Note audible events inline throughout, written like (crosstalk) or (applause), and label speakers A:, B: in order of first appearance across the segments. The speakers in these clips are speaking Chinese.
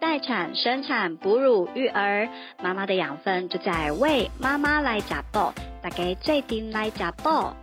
A: 待产、生产、哺乳、育儿，妈妈的养分就在为妈妈来加爆，大家最顶来加爆。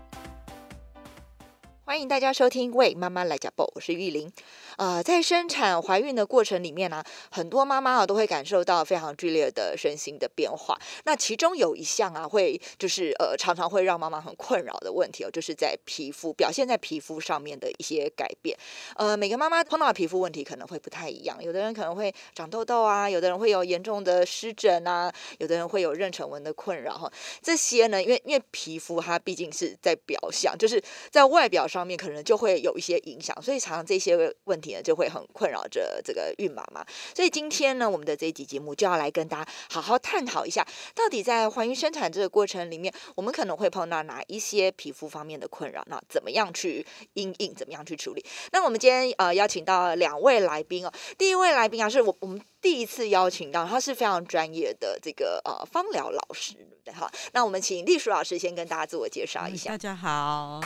B: 欢迎大家收听《为妈妈来讲报》，我是玉玲。呃，在生产怀孕的过程里面呢、啊，很多妈妈啊都会感受到非常剧烈的身心的变化。那其中有一项啊，会就是呃常常会让妈妈很困扰的问题哦，就是在皮肤表现在皮肤上面的一些改变。呃，每个妈妈碰到的皮肤问题可能会不太一样，有的人可能会长痘痘啊，有的人会有严重的湿疹啊，有的人会有妊娠纹的困扰哈。这些呢，因为因为皮肤它毕竟是在表象，就是在外表。上面可能就会有一些影响，所以常常这些问题呢就会很困扰着这个孕妈妈。所以今天呢，我们的这一集节目就要来跟大家好好探讨一下，到底在怀孕生产这个过程里面，我们可能会碰到哪一些皮肤方面的困扰，那怎么样去应应，怎么样去处理？那我们今天呃邀请到两位来宾哦，第一位来宾啊是我我们。第一次邀请到，他是非常专业的这个呃芳疗老师，对不对？哈，那我们请栗鼠老师先跟大家自我介绍一下。
C: 大家好。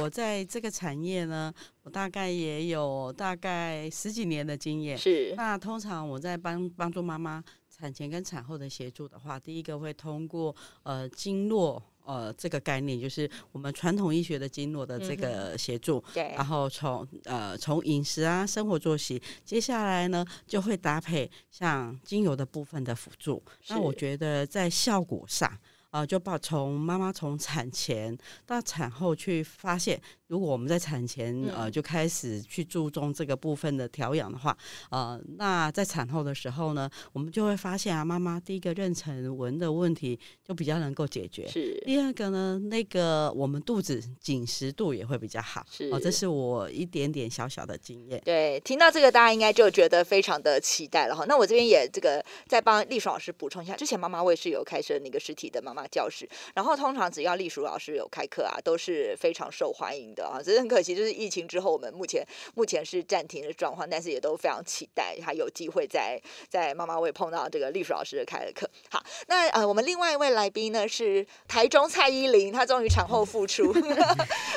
C: 我在这个产业呢，我大概也有大概十几年的经验。
B: 是，
C: 那通常我在帮帮助妈妈产前跟产后的协助的话，第一个会通过呃经络。呃，这个概念就是我们传统医学的经络的
B: 嗯
C: 这个协助，
B: 对，
C: 然后从呃从饮食啊、生活作息，接下来呢就会搭配像精油的部分的辅助。那我觉得在效果上。啊、呃，就把从妈妈从产前到产后去发现，如果我们在产前、嗯、呃就开始去注重这个部分的调养的话，呃，那在产后的时候呢，我们就会发现啊，妈妈第一个妊娠纹的问题就比较能够解决，
B: 是
C: 第二个呢，那个我们肚子紧实度也会比较好，
B: 是
C: 哦、呃，这是我一点点小小的经验。
B: 对，听到这个大家应该就觉得非常的期待了哈。那我这边也这个再帮丽爽老师补充一下，之前妈妈我也是有开设那个实体的妈。妈教室，然后通常只要丽淑老师有开课啊，都是非常受欢迎的啊。只是很可惜，就是疫情之后，我们目前 (laughs) 目前是暂停的状况，但是也都非常期待还有机会在在妈妈会碰到这个丽淑老师开的课。好，那呃，我们另外一位来宾呢是台中蔡依林，她终于产后复出。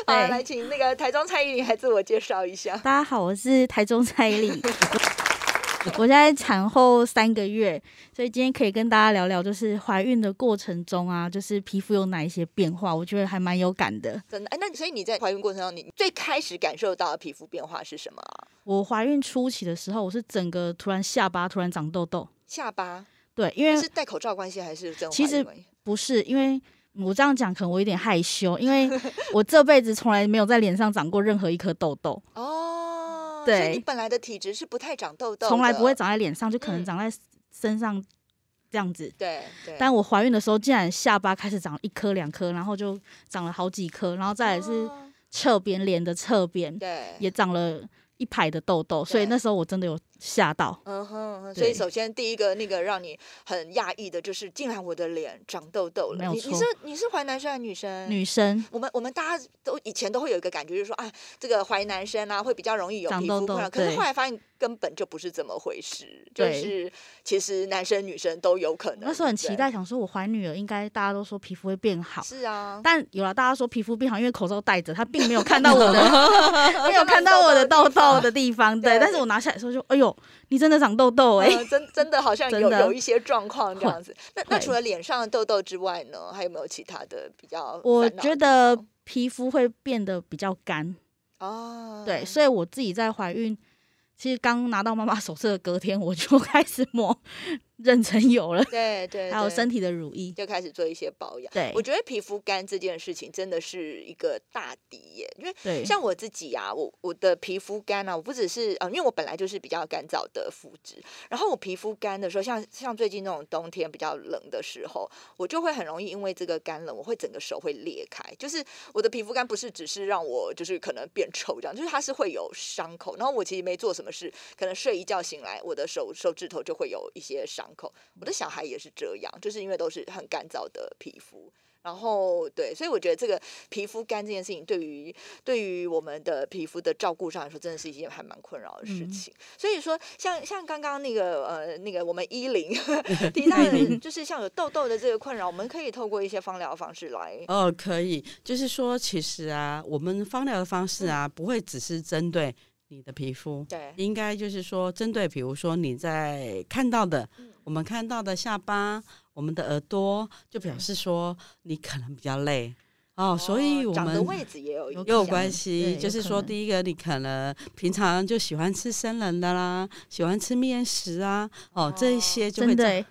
B: 好，来请那个台中蔡依林还自我介绍一下。
D: 大家好，我是台中蔡依
B: (laughs)
D: 林。我现在产后三个月，所以今天可以跟大家聊聊，就是怀孕的过程中啊，就是皮肤有哪一些变化，我觉得还蛮有感的。
B: 真的，哎，那所以你在怀孕过程中，你最开始感受到的皮肤变化是什么啊？
D: 我怀孕初期的时候，我是整个突然下巴突然长痘痘，
B: 下巴
D: 对，因为
B: 是戴口罩关系还是真？
D: 其实不是，因为。我这样讲可能我有点害羞，
B: (laughs)
D: 因为我这辈子从来没有在脸上长过任何一颗痘痘。
B: 哦，对，你本来的体质是不太长痘痘，嗯
D: 从来不会长在脸上，就可能长在身上这样子。
B: 对、嗯、对。
D: 但我怀孕的时候，竟然下巴开始长一颗两颗，然后就长了好几颗，然后再来是侧边脸的侧边，
B: 哦对，
D: 也长了。一排的痘痘，所以那时候我真的有吓到。
B: 嗯哼，所以首先第一个那个让你很讶异的就是，竟然我的脸长痘痘了。
D: 没有
B: 你是你是怀男生还是女生？
D: 女生。
B: 我们我们大家都以前都会有一个感觉，就是说啊，这个怀男生啊会比较容易有皮肤
D: 困
B: 扰，可是后来发现根本就不是这么回事，就是其实男生女生都有可能。
D: 那时候很期待，想说我怀女儿应该大家都说皮肤会变好。
B: 是啊。
D: 但有了大家说皮肤变好，因为口罩戴着，他并没有看到我
B: (laughs)
D: 的，没有看到我的痘痘。的地方对，但是我拿下来的时候就，哎呦，你真的长痘痘哎、欸 (laughs)
B: 呃，真真的好像有有一些状况这样子。那那除了脸上的痘痘之外呢，还有没有其他的比较？
D: 我觉得皮肤会变得比较干
B: 哦，
D: 对，所以我自己在怀孕，其实刚拿到妈妈手册的隔天，我就 (laughs) 开始抹妊娠油了，
B: 对对，
D: (laughs) 还有身体的乳液，
B: 就开始做一些保养。
D: 对，
B: 我觉得皮肤干这件事情真的是一个大敌耶，因为像我自己啊，我我的皮肤干啊，我不只是啊、呃，因为我本来就是比较干燥的肤质，然后我皮肤干的时候，像像最近那种冬天比较冷的时候，我就会很容易因为这个干冷，我会整个手会裂开，就是我的皮肤干不是只是让我就是可能变丑这样，就是它是会有伤口，然后我其实没做什么事，可能睡一觉醒来，我的手手指头就会有一些伤。口，我的小孩也是这样，就是因为都是很干燥的皮肤，然后对，所以我觉得这个皮肤干这件事情，对于对于我们的皮肤的照顾上来说，真的是一件还蛮困扰的事情。嗯、所以说，像像刚刚那个呃那个我们依
C: (laughs)
B: 林提到的，就是像有痘痘的这个困扰，我们可以透过一些芳疗方式来
C: 哦，可以，就是说其实啊，我们芳疗的方式啊，嗯、不会只是针对。你的皮肤。
B: 对，
C: 应该就是说，针对比如说你在看到的，我们看到的下巴，我们的耳朵，就表示说你可能比较累哦，所以我
B: 长的
C: 们
B: 位置也有影
D: 有
C: 也有
B: 响
C: 关
D: 对
C: 系，
D: 有
C: 就是
D: 可
C: 说，
D: 能
C: 第一个你可能平常就喜欢吃生冷的啦，喜欢吃面食啊，哦，这一些就会
D: 真的
C: 造
D: 欸，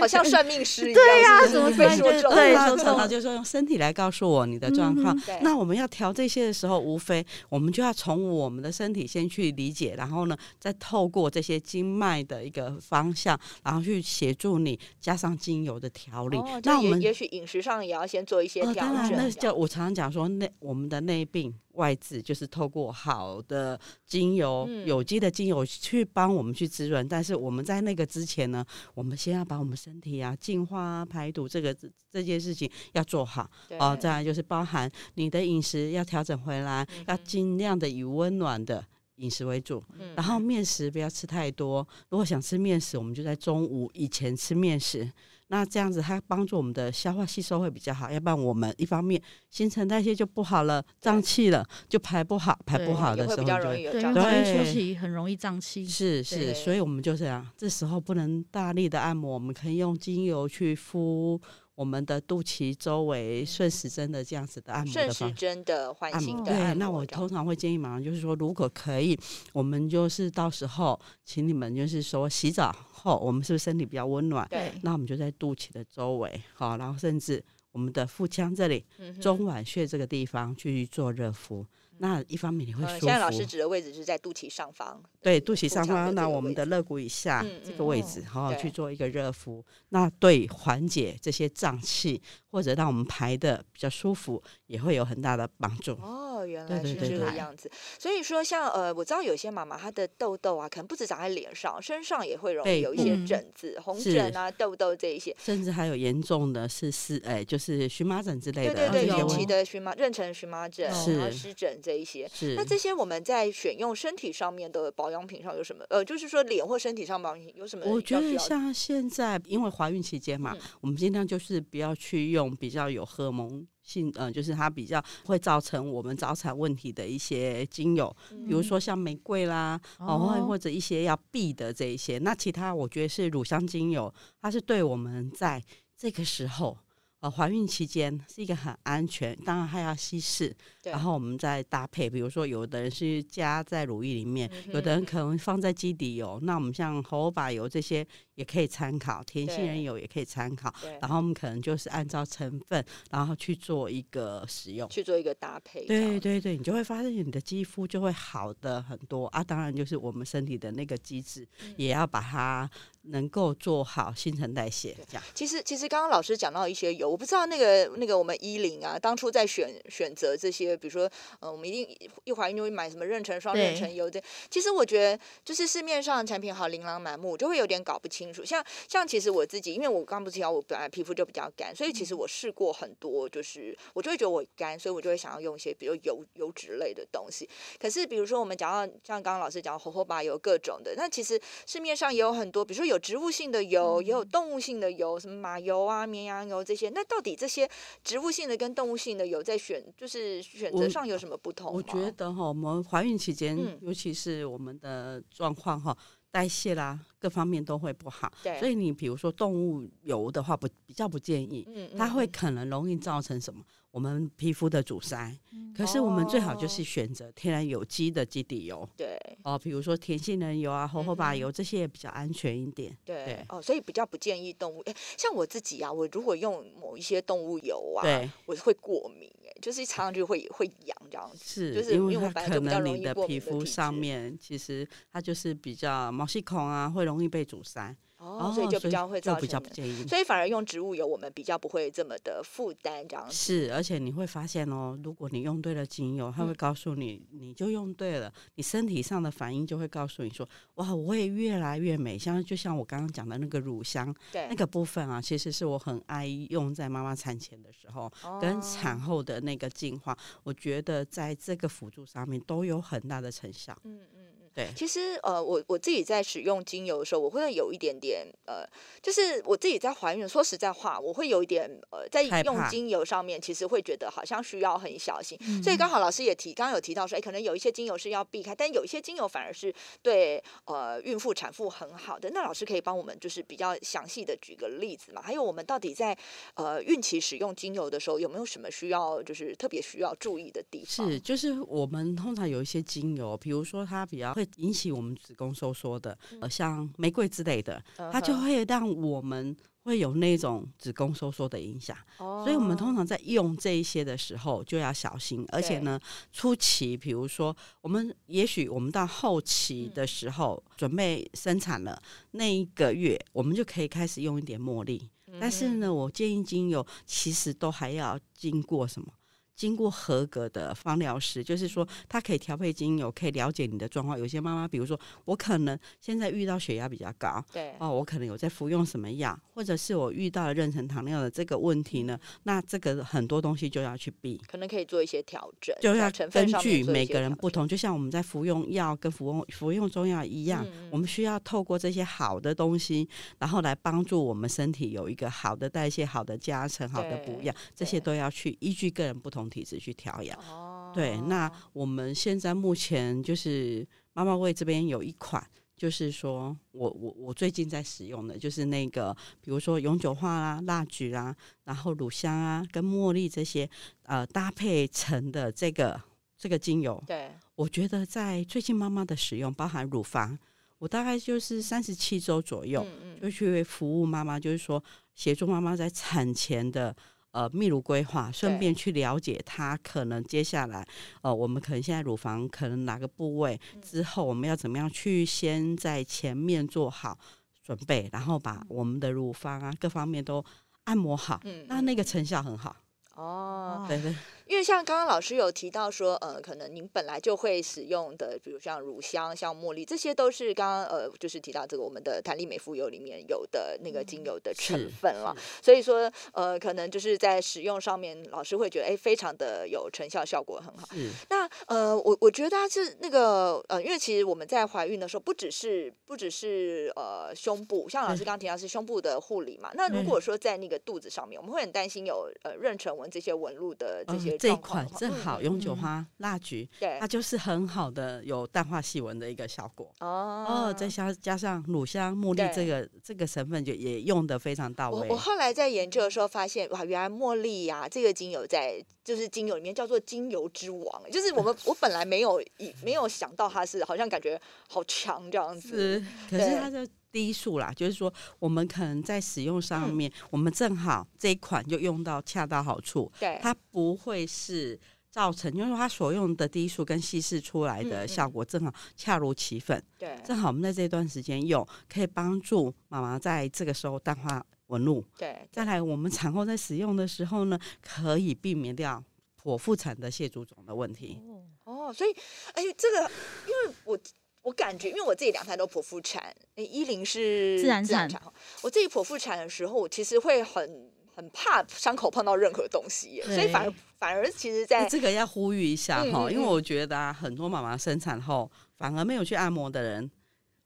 B: 好像算命
C: (laughs)
B: 师一样，
D: 对呀
B: 是不是
D: 怎么
B: 被
D: 突然
B: 说
D: 就
B: 中
D: 对
B: 了
C: 常
D: 说错
C: (laughs) 常就说用身体来告诉我你的状况
D: 嗯。
B: (laughs) 对
C: 那我们要调这些的时候，无非我们就要从我们的身体先去理解，然后呢，再透过这些经脉的一个方向，然后去协助你加上精油的调理。
B: 哦就
C: 那我
B: 也
C: 们
B: 也许饮食上也要先做一些
C: 呃，
B: 调
C: 当然，
B: 整。
C: 那
B: 这
C: 叫
B: 样
C: 我常常讲说内我们的内病外治，就是透过好的精油、
B: 嗯
C: 有机的精油去帮我们去滋润。但是我们在那个之前呢，我们先要把我们身体啊净化啊、排毒这个这这件事情要做好
B: 对
C: 哦。再来就是包含你的饮食要调整回来，要
B: 嗯哼
C: 尽量的以温暖的。饮食为主，
B: 嗯
C: 然后面食不要吃太多。如果想吃面食，我们就在中午以前吃面食。那这样子，它帮助我们的消化吸收会比较好。要不然，我们一方面新陈代谢就不好了，胀气了，就排不好，排不
D: 对
C: 好
B: 也
C: 的
B: 会比
C: 时候
B: 较
C: 就
B: 容易
C: 会。
B: 有
D: 对，因
B: 胀
D: 为
B: 气。
D: 怀孕
C: 对
D: 初期很容易胀气，
B: 对
C: 是是，所以我们就这样，这时候不能大力的按摩，我们可以用精油去敷我们的肚脐周围顺时针的这样子的按摩
B: 嗯顺
C: 的
B: 时
C: 方
B: 针的唤
C: 按摩
B: 醒的
C: 对，
B: 按
C: 那
B: 摩
C: 我
B: 这样
C: 通常会建议马上就是说，如果可以，我们就是到时候请你们就是说洗澡后，我们是不是身体比较温暖？
B: 对，
C: 那我们就在肚脐的周围，好，然后甚至我们的腹腔这里、
B: 嗯哼
C: 中脘穴这个地方去做热敷。那一方面你会
B: 嗯
C: 舒服，
B: 现在老师指的位置是在肚脐上方，
C: 对肚脐上
B: 腹腔
C: 方，
B: 的这
C: 那
B: 个
C: 我们
B: 位
C: 的
B: 置
C: 肋骨以下、
B: 嗯
C: 这
B: 嗯
C: 个位置，好、
B: 对
C: 去做一个热敷，那对缓解这些胀气或者让我们排的比较舒服，也会有很大的帮助。
B: 哦，原
C: 对
B: 来
C: 对
B: 是
C: 对
B: 这个
C: 对
B: 样子。所以说像，呃，我知道有些妈妈她的痘痘啊，可能不止长在脸上，身上也会容易
C: 背
B: 有一
C: 部
B: 些
D: 嗯
B: 疹子、红
C: 是
B: 疹啊、痘痘这一些。
C: 甚至还有严重的是是哎，就是荨麻疹之类
B: 对
C: 的啊
B: 对对，
C: 这些
B: 孕
D: 有
C: 问
B: 期
C: 题
B: 的荨麻、妊娠荨麻
D: 哦
B: 疹，然后
C: 是
B: 湿疹这一些。
C: 是。
B: 那这些我们在选用身体上面的保养品上有什么？呃，就是说脸或身体上保养品有什么要需要？
C: 我觉得像现在，因为怀孕期间嘛，
B: 嗯
C: 我们尽量就是不要去用比较有荷尔蒙性，呃，就是它比较会造成我们早产问题的一些精油，比如
D: 嗯
C: 说像玫瑰啦，哦，或或者一些要避的这一些。那其他我觉得是乳香精油，它是对我们在这个时候。呃，怀孕期间是一个很安全，当然还要稀释，
B: 对
C: 然后我们再搭配，比如说有的人是加在乳液里面，
B: 嗯哼
C: 有的人
B: 嗯
C: 可能放在基底油，那我们像荷巴油这些也可以参考，甜杏
B: 对
C: 仁油也可以参考，
B: 对
C: 然后我们可能就是按照成分，然后去做一个使用。
B: 去做一个搭配这样子。
C: 对对对，你就会发现你的肌肤就会好的很多啊！当然，就是我们身体的那个机制，
B: 嗯
C: 也要把它能够做好新陈代谢，这样
B: 其实，其实刚刚老师讲到一些油，我不知道那个那个我们衣领啊，当初在选选择这些，比如说，呃，我们一定一一怀孕就会买什么妊娠霜、
D: 对
B: 妊娠油这。其实我觉得，就是市面上的产品好琳琅满目，就会有点搞不清楚。像像其实我自己，因为我刚不是提到我本来皮肤就比较干，所以其
C: 嗯
B: 实我试过很多，就是我就会觉得我干，所以我就会想要用一些比如油油脂类的东西。可是比如说我们讲到像刚刚老师讲火火巴油各种的，那其实市面上也有很多，比如说有植物性的油，也有
C: 嗯
B: 动物性的油，什么马油啊、绵羊油这些。那到底这些植物性的跟动物性的油在选，就是选择
C: 我
B: 上有什么不同
C: 我
B: 吗
C: 觉得哈，我们怀孕期间，
B: 嗯
C: 尤其是我们的状况哈，代谢啦各方面都会不好。
B: 对，
C: 所以你比如说动物油的话，不比较不建议，
B: 嗯，
C: 它会
B: 嗯
C: 可能容易造成什么？我们皮肤的阻塞。
B: 嗯
C: 可是我们最好
B: 哦
C: 就是选择天然有机的基底油。
B: 对
C: 哦，比如说甜杏仁油啊、猴猴
B: 嗯
C: 把
B: 哼
C: 油这些也比较安全一点。
B: 对
C: 对
B: 哦，所以比较不建议动物。诶像我自己啊，我如果用某一些动物油啊，
C: 对，
B: 我会过敏、诶就是常常就会会痒这样子。
C: 是，
B: 就是因为我
C: 为
B: 本来
C: 它
B: 就
C: 可
B: 比较
C: 能
B: 容易
C: 你的
B: 过敏
C: 皮
B: 的体
C: 肤上
B: 质
C: 面其实它就是比较毛细孔啊，会容易被阻塞，
B: 哦，所以就比较会造成
C: 比较
B: 的
C: 不建议。
B: 所以反而用植物油，我们比较不会这么的负担这样子。
C: 是，而且你会发现哦，如果你用对了精油，它会
B: 嗯
C: 告诉你，你就用对了，你身体上的反应就会告诉你说，哇，我也越来越美。像就像我刚刚讲的那个乳香
B: 对，
C: 那个部分啊，其实是我很爱用在妈妈产前的时候，跟
B: 哦
C: 产后的那个净化，我觉得在这个辅助上面都有很大的成效。
B: 嗯嗯嗯，
C: 对，
B: 其实呃，我我自己在使用精油的时候，我会有一点点呃，就是我自己在怀孕。说实在话，我会有一点呃，在
C: 害
B: 用
C: 怕
B: 精油上面，其实会觉得好像需要很小心。
D: 嗯
B: 所以刚好老师也提，刚刚有提到说，哎，可能有一些精油是要避开，但有一些精油反而是对呃孕妇、产妇很好的。那老师可以帮我们就是比较详细的举个例子嘛？还有我们到底在呃孕期使用精油的时候，有没有什么需要就是特别需要注意的地方？
C: 是，就是我们通常有一些精油，比如说它比较会引起我们子宫收缩的，
B: 嗯
C: 呃，像玫瑰之类的，
B: 嗯哼，
C: 它就会让我们会有那种子宫收缩的影响。
B: 哦，
C: 所以，我们通常在用这一些的时候就要小心，而且呢，初期，比如说，我们也许我们到后期
B: 嗯
C: 的时候、准备生产了，那一个月我们就可以开始用一点茉莉。
B: 嗯
C: 但是呢，我建议精油其实都还要经过什么？经过合格的芳疗师，就是说
B: 嗯
C: 他可以调配精油，可以了解你的状况。有些妈妈，比如说我可能现在遇到血压比较高，
B: 对，
C: 哦，我可能有在服用什么药，或者是我遇到了妊娠糖尿的这个问题呢，那这个很多东西就要去避。
B: 可能可以做一些调整，
C: 就
B: 呃在
C: 要
B: 成
C: 根
B: 分上面
C: 据
B: 做一
C: 每
B: 些
C: 个人
B: 调
C: 不
B: 整
C: 同，就像我们在服用药跟服用服用中药一样，
B: 嗯
C: 我们需要透过这些好的东西，然后来帮助我们身体有一个好的代谢、好的加成、好的补养，这些
B: 对
C: 都要去依据个人不同体质去调养。
B: 哦，
C: 对，那我们现在目前就是妈妈味这边有一款，就是说我我我最近在使用的，就是那个比如说永久花啦、蜡菊啦，然后乳香啊跟茉莉这些呃搭配成的这个这个精油，
B: 对，
C: 我觉得在最近妈妈的使用，包含乳房，我大概就是三十七周左右，
B: 嗯
C: 就去服务妈妈，就是说协助妈妈在产前的呃泌乳规划，顺便去了解她可能接下来呃我们可能现在乳房可能哪个部位
B: 嗯
C: 之后我们要怎么样去先在前面做好准备，然后把我们的乳房啊各方面都按摩好，
B: 嗯
C: 那那个成效很好，
B: 哦，
C: 对对
B: 因为像刚刚老师有提到说，呃，可能您本来就会使用的，比如像乳香、像茉莉，这些都是刚刚呃，就是提到这个我们的弹力美肤油里面有的那个精油的成
C: 嗯是
B: 分了。所以说，呃，可能就是在使用上面，老师会觉得哎，非常的有成效，效果很好。
C: 是。
B: 那呃，我我觉得它是那个呃，因为其实我们在怀孕的时候，不只是不只是呃胸部，像老师
C: 对
B: 刚刚提到是胸部的护理嘛。那如
C: 对
B: 果说在那个肚子上面，我们会很担心有呃妊娠纹这些纹路的哦这
C: 呃
B: 些
C: 这一
B: 状况
C: 款
B: 的话。
C: 正
B: 嗯
C: 好
B: 嗯
C: 永久
D: 嗯
C: 花蜡菊，
B: 对
C: 它就是很好的有淡化细纹的一个效果。
B: 哦
C: 哦，再加加上乳香、茉莉这
B: 对
C: 个这个成分，就也用的非常到
B: 我
C: 位
B: 我。后来在研究的时候发现，哇，原来茉莉呀、这个精油在就是精油里面叫做精油之王，欸就是我们我本来没有以没有想到它是好像感觉好强这样子，
C: 是，可
B: 对
C: 是它的低数啦，就是说我们可能在使用
B: 嗯
C: 上面，我们正好这一款就用到恰到好处，
B: 对，
C: 它不会是。造成就是说它所用的低数跟稀释出来
B: 嗯嗯
C: 的效果正好恰如其分，
B: 对，
C: 正好我们在这段时间用，可以帮助妈妈在这个时候淡化纹路，
B: 对，
C: 再来，我们产后在使用的时候呢，可以避免掉剖腹产的蟹足肿的问题。
B: 哦，所以，哎，这个，因为我我感觉，因为我自己两胎都剖腹产，哎一零是
D: 自然产
B: 产，我自己剖腹产的时候，我其实会很很怕伤口碰到任何东西耶，所以反而
D: 对
B: 反而其实
C: 那
B: 在，
C: 这个要呼吁一下
B: 嗯
C: 哈，
B: 嗯
C: 因为
B: 嗯
C: 我觉得啊，很多妈妈生产后反而没有去按摩的人，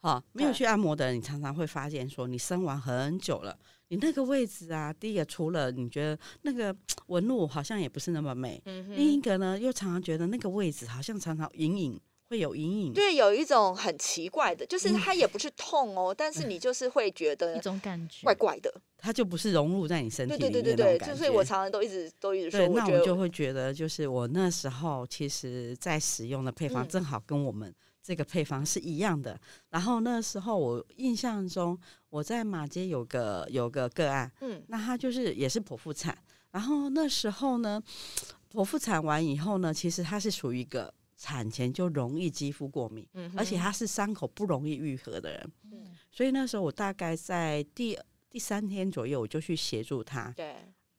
C: 哈，没有
B: 对
C: 去按摩的人，你常常会发现说，你生完很久了，你那个位置啊，第一个除了你觉得那个纹路好像也不是那么美，
B: 嗯
C: 另
B: 哼，
C: 一个呢，又常常觉得那个位置好像常常隐隐会有隐隐。
B: 对，有一种很奇怪的，就是
C: 嗯
B: 它也不是痛哦，但是你就是会觉
D: 一
B: 得。
D: 种感觉
B: 怪，怪的，
C: 它就不是融入在你身
B: 对
C: 体里面
B: 对对对
C: 那种
B: 对，
C: 感
B: 就
C: 觉
B: 所以我常常都一直都一直说，
C: 对，那
B: 觉
C: 我
B: 得
C: 就会觉得，就是我那时候其实在使用的配方
B: 嗯
C: 正好跟我们这个配方是一样的。然后那时候我印象中，我在马街有个有个个案，
B: 嗯
C: 那她就是也是剖腹产，然后那时候呢，剖腹产完以后呢，其实她是属于一个产前就容易肌肤过敏，
B: 嗯哼，
C: 而且她是伤口不容易愈合的人，
B: 嗯
C: 所以那时候我大概在第第三天左右，我就去协助她。
B: 对，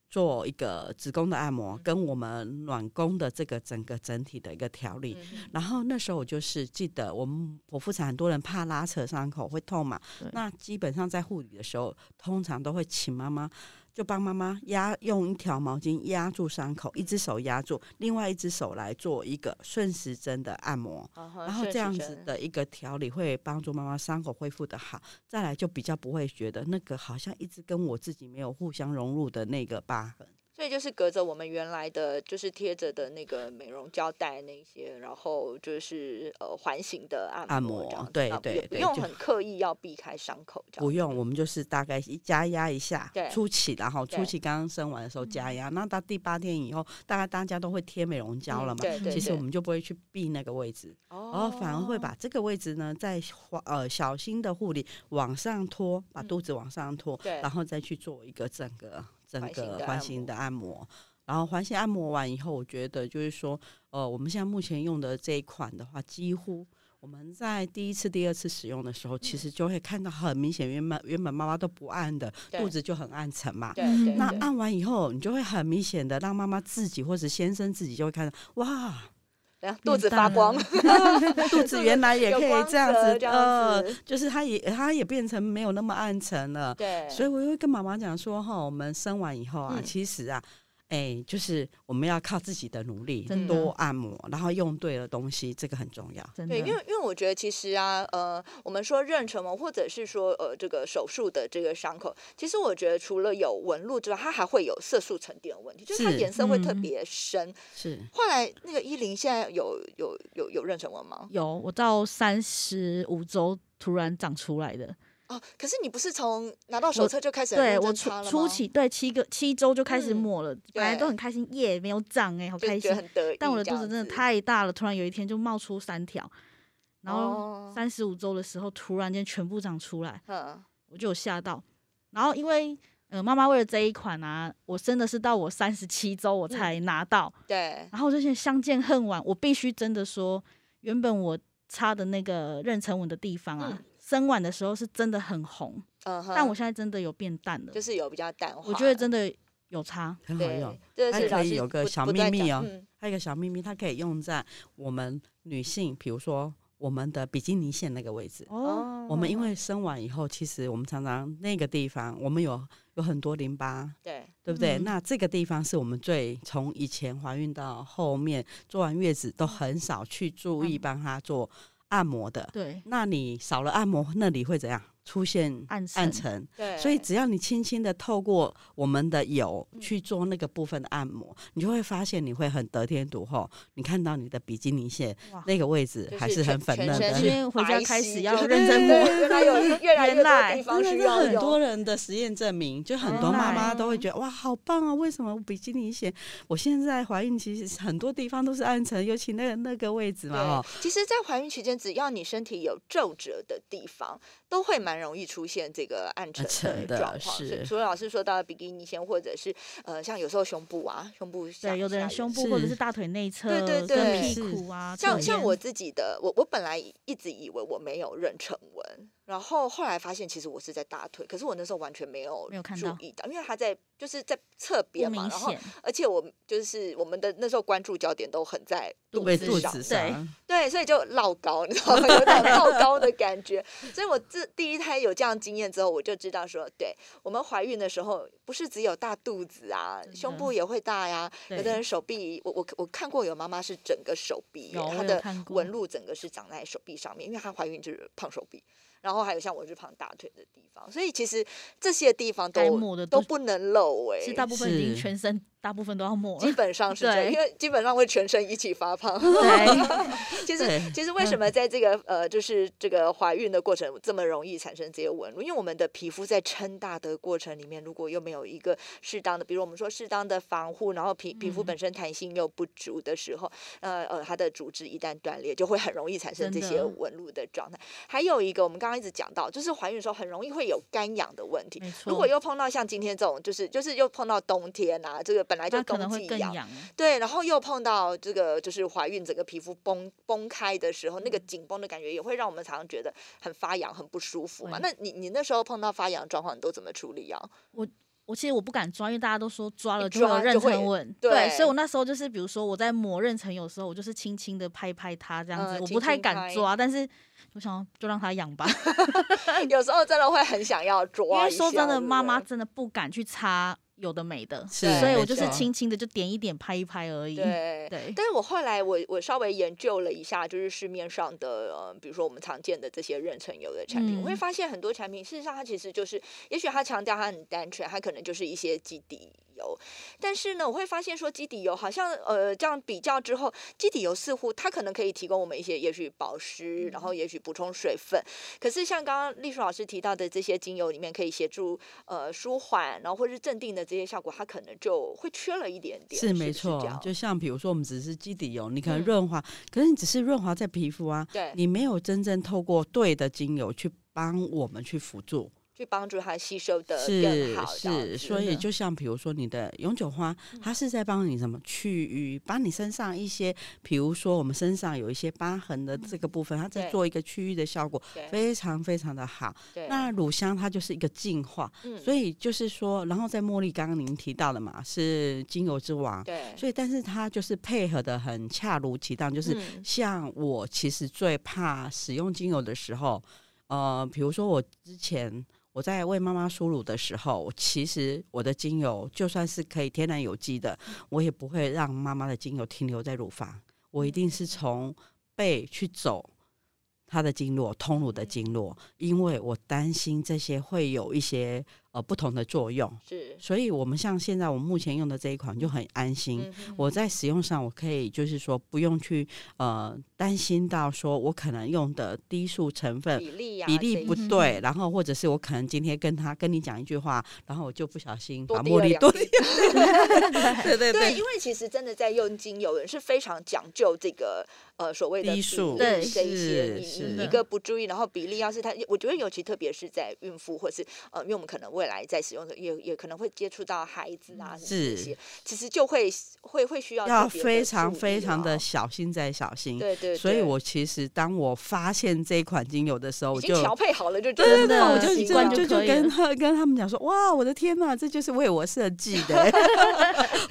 C: 做一个子宫的按摩
B: 嗯，
C: 跟我们卵宫的这个整个整体的一个调理。
B: 嗯哼
C: 然后那时候我就是记得，我们剖腹产很多人怕拉扯伤口会痛嘛
D: 对，
C: 那基本上在护理的时候，通常都会请妈妈就帮妈妈压用一条毛巾压住伤口，一只手压住，另外一只手来做一个顺时针的按摩。
B: 然
C: 然后这样子的一个调理会帮助妈妈伤口恢复的好，再来就比较不会觉得那个好像一直跟我自己没有互相融入的那个疤痕。
B: 所以就是隔着我们原来的，就是贴着的那个美容胶带那一些，然后就是呃环形的按
C: 按
B: 摩
C: 摩
B: 这样子，
C: 对
B: 啊
C: 对
B: 也不
C: 对
B: 用
C: 就
B: 很刻意要避开伤口这样。
C: 不用，我们就是大概一加压一下
B: 对，
C: 初期然后初
B: 对嗯
C: 期刚刚生完的时候加压，那到第八天以后，大概大家都会贴美容胶
B: 嗯
C: 了嘛。
B: 对对
C: 其实
B: 对
C: 我们就不会去避那个位置，然
B: 哦
C: 后反而会把这个位置呢，再花呃小心的护理往上拖，把
B: 嗯
C: 肚子往上拖，
B: 对
C: 然后再去做一个整个整
B: 环形
C: 个
B: 的
C: 环
B: 按
C: 形
B: 摩
C: 的按摩。然后环形按摩完以后，我觉得就是说，呃，我们现在目前用的这一款的话，几乎我们在第一次、第二次使用的时候，
B: 嗯
C: 其实就会看到很明显，原本原本妈妈都不按的，
B: 对
C: 肚子就很暗沉嘛。
B: 对对对，
C: 那按完以后，你就会很明显的让妈妈自己或者先生自己就会看到，哇，
B: 然后肚子发光， (laughs)
C: 肚子原来也
B: 有
C: 可以
B: 光
C: 这样
B: 泽
C: 子，
B: 这样
C: 呃
B: 子，
C: 就是它也它也变成没有那么暗沉了。
B: 对，
C: (laughs) 所
B: 以
C: 以我会跟妈妈讲说，哈，我们生完以后啊，
B: 嗯
C: 其实啊。哎、就是我们要靠自己的努力
D: 真，的
C: 多按摩，然后用对了东西，这个很重要。
D: 真的
B: 对，因为因为我觉得其实啊，呃，我们说妊娠嘛，或者是说呃这个手术的这个伤口，其实我觉得除了有纹路之外，它还会有色素沉淀的问题，就是它
C: 是
B: 颜色会特
D: 嗯
B: 别深。
C: 是，
B: 后来那个依林现在有有有有妊娠纹吗？
D: 有我到三十五周突然长出来的，
B: 哦，可是你不是从拿到手册就开始很
D: 对
B: 认
D: 我
B: 真
D: 初
B: 擦了吗
D: 初期对七个七周就开始
B: 嗯
D: 抹了，本来
B: 对
D: 都很开心，耶，没有长哎、好
B: 就
D: 开
B: 觉
D: 心
B: 得。很得意，
D: 但我的肚子真的。太大了，突然有一天就冒出三条，然后
B: 哦
D: 三十五周的时候突然间全部长出来，
B: 嗯，
D: 我就有吓到。然后因为呃妈妈为了这一款啊，我真的是到我三十七周我才
B: 嗯
D: 拿到，
B: 对，
D: 然后我就觉得相见恨晚，我必须真的说，原本我擦的那个妊娠纹的地方啊，生完的时候是真的很红，
B: 嗯哼，
D: 但我现在真的有变淡了
B: 就，是有比较淡化。
D: 我觉得真的有差。
C: 很好用
B: 对。，这
C: 还
B: 是
C: 可
B: 老
C: 以
B: 师
C: 有个
B: 不
C: 小
B: 不
C: 秘
B: 断
C: 密
B: 讲
C: 哦
B: 嗯
C: 还有一个小秘密，它可以用在我们女性，比如说我们的比基尼线那个位置。
D: 哦，
C: 我们因为生完以后，其实我们常常那个地方，我们有有很多淋巴，
B: 对
C: 对不对？
D: 嗯
C: 那这个地方是我们最从以前怀孕到后面做完月子都很少去注意
D: 嗯
C: 帮她做按摩的。
D: 对，
C: 那你少了按摩，那里会怎样？出现
D: 暗
C: 暗
D: 沉
C: 沉。
B: 对，
C: 所以只要你轻轻的透过我们的油
B: 嗯
C: 去做那个部分的按摩，你就会发现你会很得天独厚。你看到你的比基尼线
D: 哇
C: 那个位置
B: 就
C: 还
B: 是
C: 是很
B: 全
C: 粉
B: 全
C: 嫩
B: 身
C: 的
D: 今。天回家
B: 白
D: 开
B: 皙
D: 始要
B: 就
D: 认真摸
B: 对。原来有越来
D: 原
B: 越多
D: 来
B: 地方
C: 真
B: 需
C: 的是
B: 要
C: 很
B: 用
C: 多人的实验证明，就很多妈妈
B: 嗯
C: 都会觉得哇，好棒啊！为什么比基尼线？我现在怀孕，其实很多地方都是暗沉，尤其那个那个位置嘛，哦，
B: 对，其实，在怀孕期间，只要你身体有皱褶的地方，都会蛮容易出现这个暗沉
C: 沉
B: 的
C: 的
B: 状况。所以
C: 是
B: 除了老师说到的比基尼线，或者是呃，像有时候胸部啊，胸部下
D: 对，有的人
B: 下
D: 胸
B: 缘
D: 部或者
C: 是
D: 是大腿内侧、
B: 对对
D: 跟
B: 对
D: 屁股啊，
B: 像像
D: 中
B: 我
D: 间
B: 自己的，我我本来一直以为我没有妊娠纹，然后后来发现其实我是在大腿，可是我那时候完全没有
D: 没有看
B: 注
D: 到
B: 意到，因为它在就是在侧边
D: 不
B: 嘛，
D: 明
B: 然后
D: 显，
B: 而且我就是我们的那时候关注焦点都很在肚
C: 被
B: 子
C: 肚
B: 上，
C: 子
D: 对
C: 上，
B: 对，所以就老高，你知道吗？有点老高的感觉。所以我自第一胎有这样经验之后，我就知道说，对我们怀孕的时候，不是只有大肚子啊，
D: 真的
B: 胸部也会大呀、
D: 对
B: 有的人手臂，我我我看过有妈妈是整个手臂耶
D: 有，
B: 她
D: 我有
B: 的
D: 看过
B: 纹路整个是长在手臂上面，因为她怀孕就是胖手臂。然后还有像我是胖大腿的地方，所以其实这些地方
D: 该
B: 都
D: 抹的
B: 都
D: 都
B: 不能漏哎、
D: 是大部分已经
C: 是
D: 全身大部分都要抹
B: 基 (laughs)
D: 了。
B: 本
D: (laughs)
B: 上是这样，
D: 对
B: 因为基本上会全身一起发
D: (laughs)
B: 胖。(laughs)
D: 对，嗯
B: 其实
C: 对，
B: 其实为什么在这个呃，就是这个怀孕的过程这么容易产生这些纹路？因为我们的皮肤在撑大的过程里面，如果又没有一个适当的，比如我们说适当的防护，然后皮皮肤
D: 嗯
B: 本身弹性又不足的时候，呃呃，它的组织一旦断裂，就会很容易产生这
D: 真
B: 些
D: 的
B: 纹路的状态。还有一个，我们刚刚一直讲到，就是怀孕的时候很容易会有干痒的问题。
D: 没
B: 如果
D: 错，
B: 又碰到像今天这种，就是就是又碰到冬天啊，这个本来就
D: 那可
B: 冬
D: 能会
B: 季
D: 更
B: 痒，
D: 痒。
B: 对，然后又碰到这个就是怀孕整个皮肤崩崩开的时候，
D: 嗯
B: 那个紧绷的感觉也会让我们常常觉得很发痒、很不舒服嘛。那
D: 对
B: 你你那时候碰到发痒的状况，你都怎么处理啊？
D: 我其实我不敢抓，因为大家都说抓
B: 一
D: 了就会有
B: 抓
D: 妊
B: 就会
D: 娠纹，
B: 对
D: 对，所以我那时候就是，比如说我在抹妊娠油的时候，我就是轻轻的拍拍它这样
B: 嗯
D: 子，我
B: 轻
D: 不太
B: 轻
D: 敢
B: 拍
D: 抓，但是我想就让它痒
B: (laughs)
D: 吧，
B: 有时候真的会很想要抓
D: 嗯因
B: 一下，
D: 为说真的，
B: 对不
D: 妈妈
B: 对
D: 真的不敢去擦有的没的，
C: 是
B: 对
D: 所以我就是
B: 没错
D: 轻轻的就点一点拍一拍而已。
B: 对。
D: 对
B: 但是我后来我我稍微研究了一下，就是市面上的，呃，比如说我们常见的这些妊娠油的产品，我会
D: 嗯
B: 发现很多产品，事实上它其实就是，也许它强调它很单纯，它可能就是一些基底油，但是呢，我会发现说基底油好像呃这样比较之后，基底油似乎它可能可以提供我们一些也许保湿，然
C: 嗯
B: 后也许补充水分，可是像刚刚丽淑老师提到的这些精油里面可以协助呃舒缓，然后或是镇定的这些效果，它可能就会缺了一点点，
C: 是没
B: 不
C: 错
B: 这样，
C: 就像比如说我们只是基底油，你可
B: 嗯
C: 能润滑，可是你只是润滑在皮肤啊，
B: 对。
C: 你没有真正透过对的精油去帮我们去辅助，
B: 去帮助它吸收的更
C: 是
B: 好，这样子嗯
C: 是，所以就像比如说你的永久花，它是在帮你什么去瘀，把你身上一些，比如说我们身上有一些疤痕的这个部分，它在
B: 嗯对
C: 做一个区域的效果，
B: 对
C: 非常非常的好。
B: 对，
C: 那乳香它就是一个净化，
B: 嗯
C: 所以就是说，然后在茉莉刚刚您提到的嘛，是精油之王，
B: 对，
C: 所以但是它就是配合的很恰如其当，就是
B: 嗯
C: 像我其实最怕使用精油的时候，呃，比如说我之前我在为妈妈输乳的时候，其实我的精油就算是可以天然有机的，我也不会让妈妈的精油停留在乳房，我一定是从背去走。它的经络，通乳的经络，因为我担心这些会有一些呃不同的作用，
B: 是
C: 所以我们像现在我目前用的这一款就很安心，
B: 嗯哼
C: 我在使用上，我可以就是说不用去呃担心到说我可能用的低速成分。
B: 比例呀
C: 比例不
D: 这一
C: 对，
B: 嗯
C: 然后或者是我可能今天跟他跟你讲一句话，然后我就不小心
B: 多
C: 把
B: 滴
C: 茉
B: 了
C: 莉
B: 两
C: 多
B: 滴
C: 滴， (laughs) 对 (laughs) 对
B: 对，因为其实真的在用精油人是非常讲究这个呃所谓的
C: 低
B: 比
C: 速
B: 例
D: 对
B: 这一些，
C: 是
B: 你
C: 是
B: 你一
D: 的
B: 个不注意，然后比例要是它，我觉得尤其特别是在孕妇或是呃，因为我们可能未来在使用的也也可能会接触到孩子啊什么这
C: 是
B: 些，其实就会会会需要
C: 要
B: 特别地
C: 非常
B: 注意
C: 非常
B: 哦
C: 的小心再小心。
B: 对对，
C: 所以
B: 对
C: 我其实当我发现这一款精油的时候，
B: 已
C: 我
B: 经
C: 就
B: 调配好了就觉
C: 对
B: 得
C: 对
D: 真
C: 对，
D: 的
C: 我就
D: 习
C: 就
D: 惯
C: 就
D: 就可以
C: 跟
D: 了
C: 他跟他们讲说，哇，我的天呐，这就是为我设计
B: (laughs)
C: 的，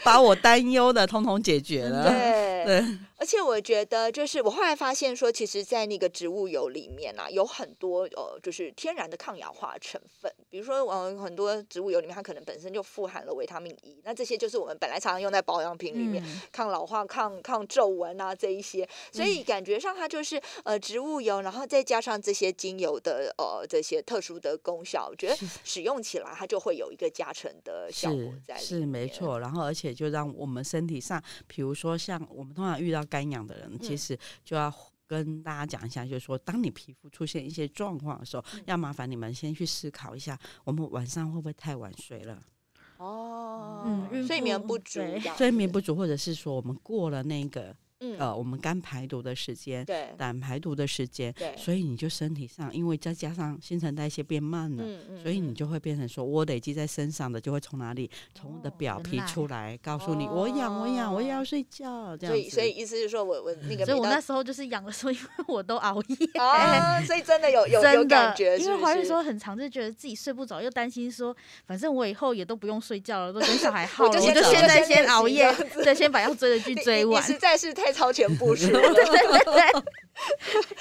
C: 把我担忧的通通解决
B: 嗯
C: 了。
B: 对
C: 对
B: 而且我觉得，就是我后来发现说，其实，在那个植物油里面啊，有很多呃，就是天然的抗氧化成分。比如说，嗯、很多植物油里面，它可能本身就富含了维他命 E，那这些就是我们本来常常用在保养品里面，
D: 嗯
B: 抗老化、抗抗皱纹啊这一些。所以感觉上它就是呃植物油，然后再加上这些精油的呃这些特殊的功效，我觉得使用起来它就会有一个加成的效果在里
C: 是是没
B: 面。
C: 错，然后而且就让我们身体上，比如说像我们通常遇到干痒的人，其
B: 嗯
C: 实就要。跟大家讲一下，就是说，当你皮肤出现一些状况的时候，
B: 嗯
C: 要麻烦你们先去思考一下，我们晚上会不会太晚睡了，
B: 哦，
D: 嗯孕
B: 睡眠
D: 妇
B: 不足
D: 对
B: 这样
C: 睡
B: 子
C: 眠不足，或者是说我们过了那个
B: 啊嗯
C: 呃我们肝排毒的时间、
B: 对
C: 胆排毒的时间，
B: 对，
C: 所以你就身体上，因为再加上新陈代谢变慢了，
B: 嗯嗯
C: 所以你
B: 嗯
C: 就会变成说，我累积在身上的就会从哪里，从我的
D: 哦
C: 表
D: 原
C: 皮
D: 来
C: 出来，告诉你我痒，我痒，我也要睡觉，这
B: 哦
C: 样
B: 所以
C: 子。
B: 所以意思是说我我那个
D: 所以
B: 比
D: 我
B: 较
D: 那时候就是养的时候，因为我都熬夜， (laughs)
B: 啊，所以真的有有有
D: 真
B: 感
D: 的，
B: 觉，
D: 因
B: 是
D: 为
B: 不
D: 怀孕
B: 是
D: 时候很长，就觉得自己睡不着，又担心说，反正我以后也都不用睡觉了，都跟
B: (laughs)
D: 小孩耗
B: 就
D: 了，
B: 先
D: 我就
C: 走
D: 现
C: 就
D: 在
B: 先练
D: 先熬
B: 习
D: (laughs) 夜
B: 这样，
D: 对，先把要追的
B: (laughs)
D: 剧
B: 你
D: 追
B: 你你
D: 完。
B: 实在是太超前部
D: (laughs)
B: 署了，
D: 对 (laughs) 对对，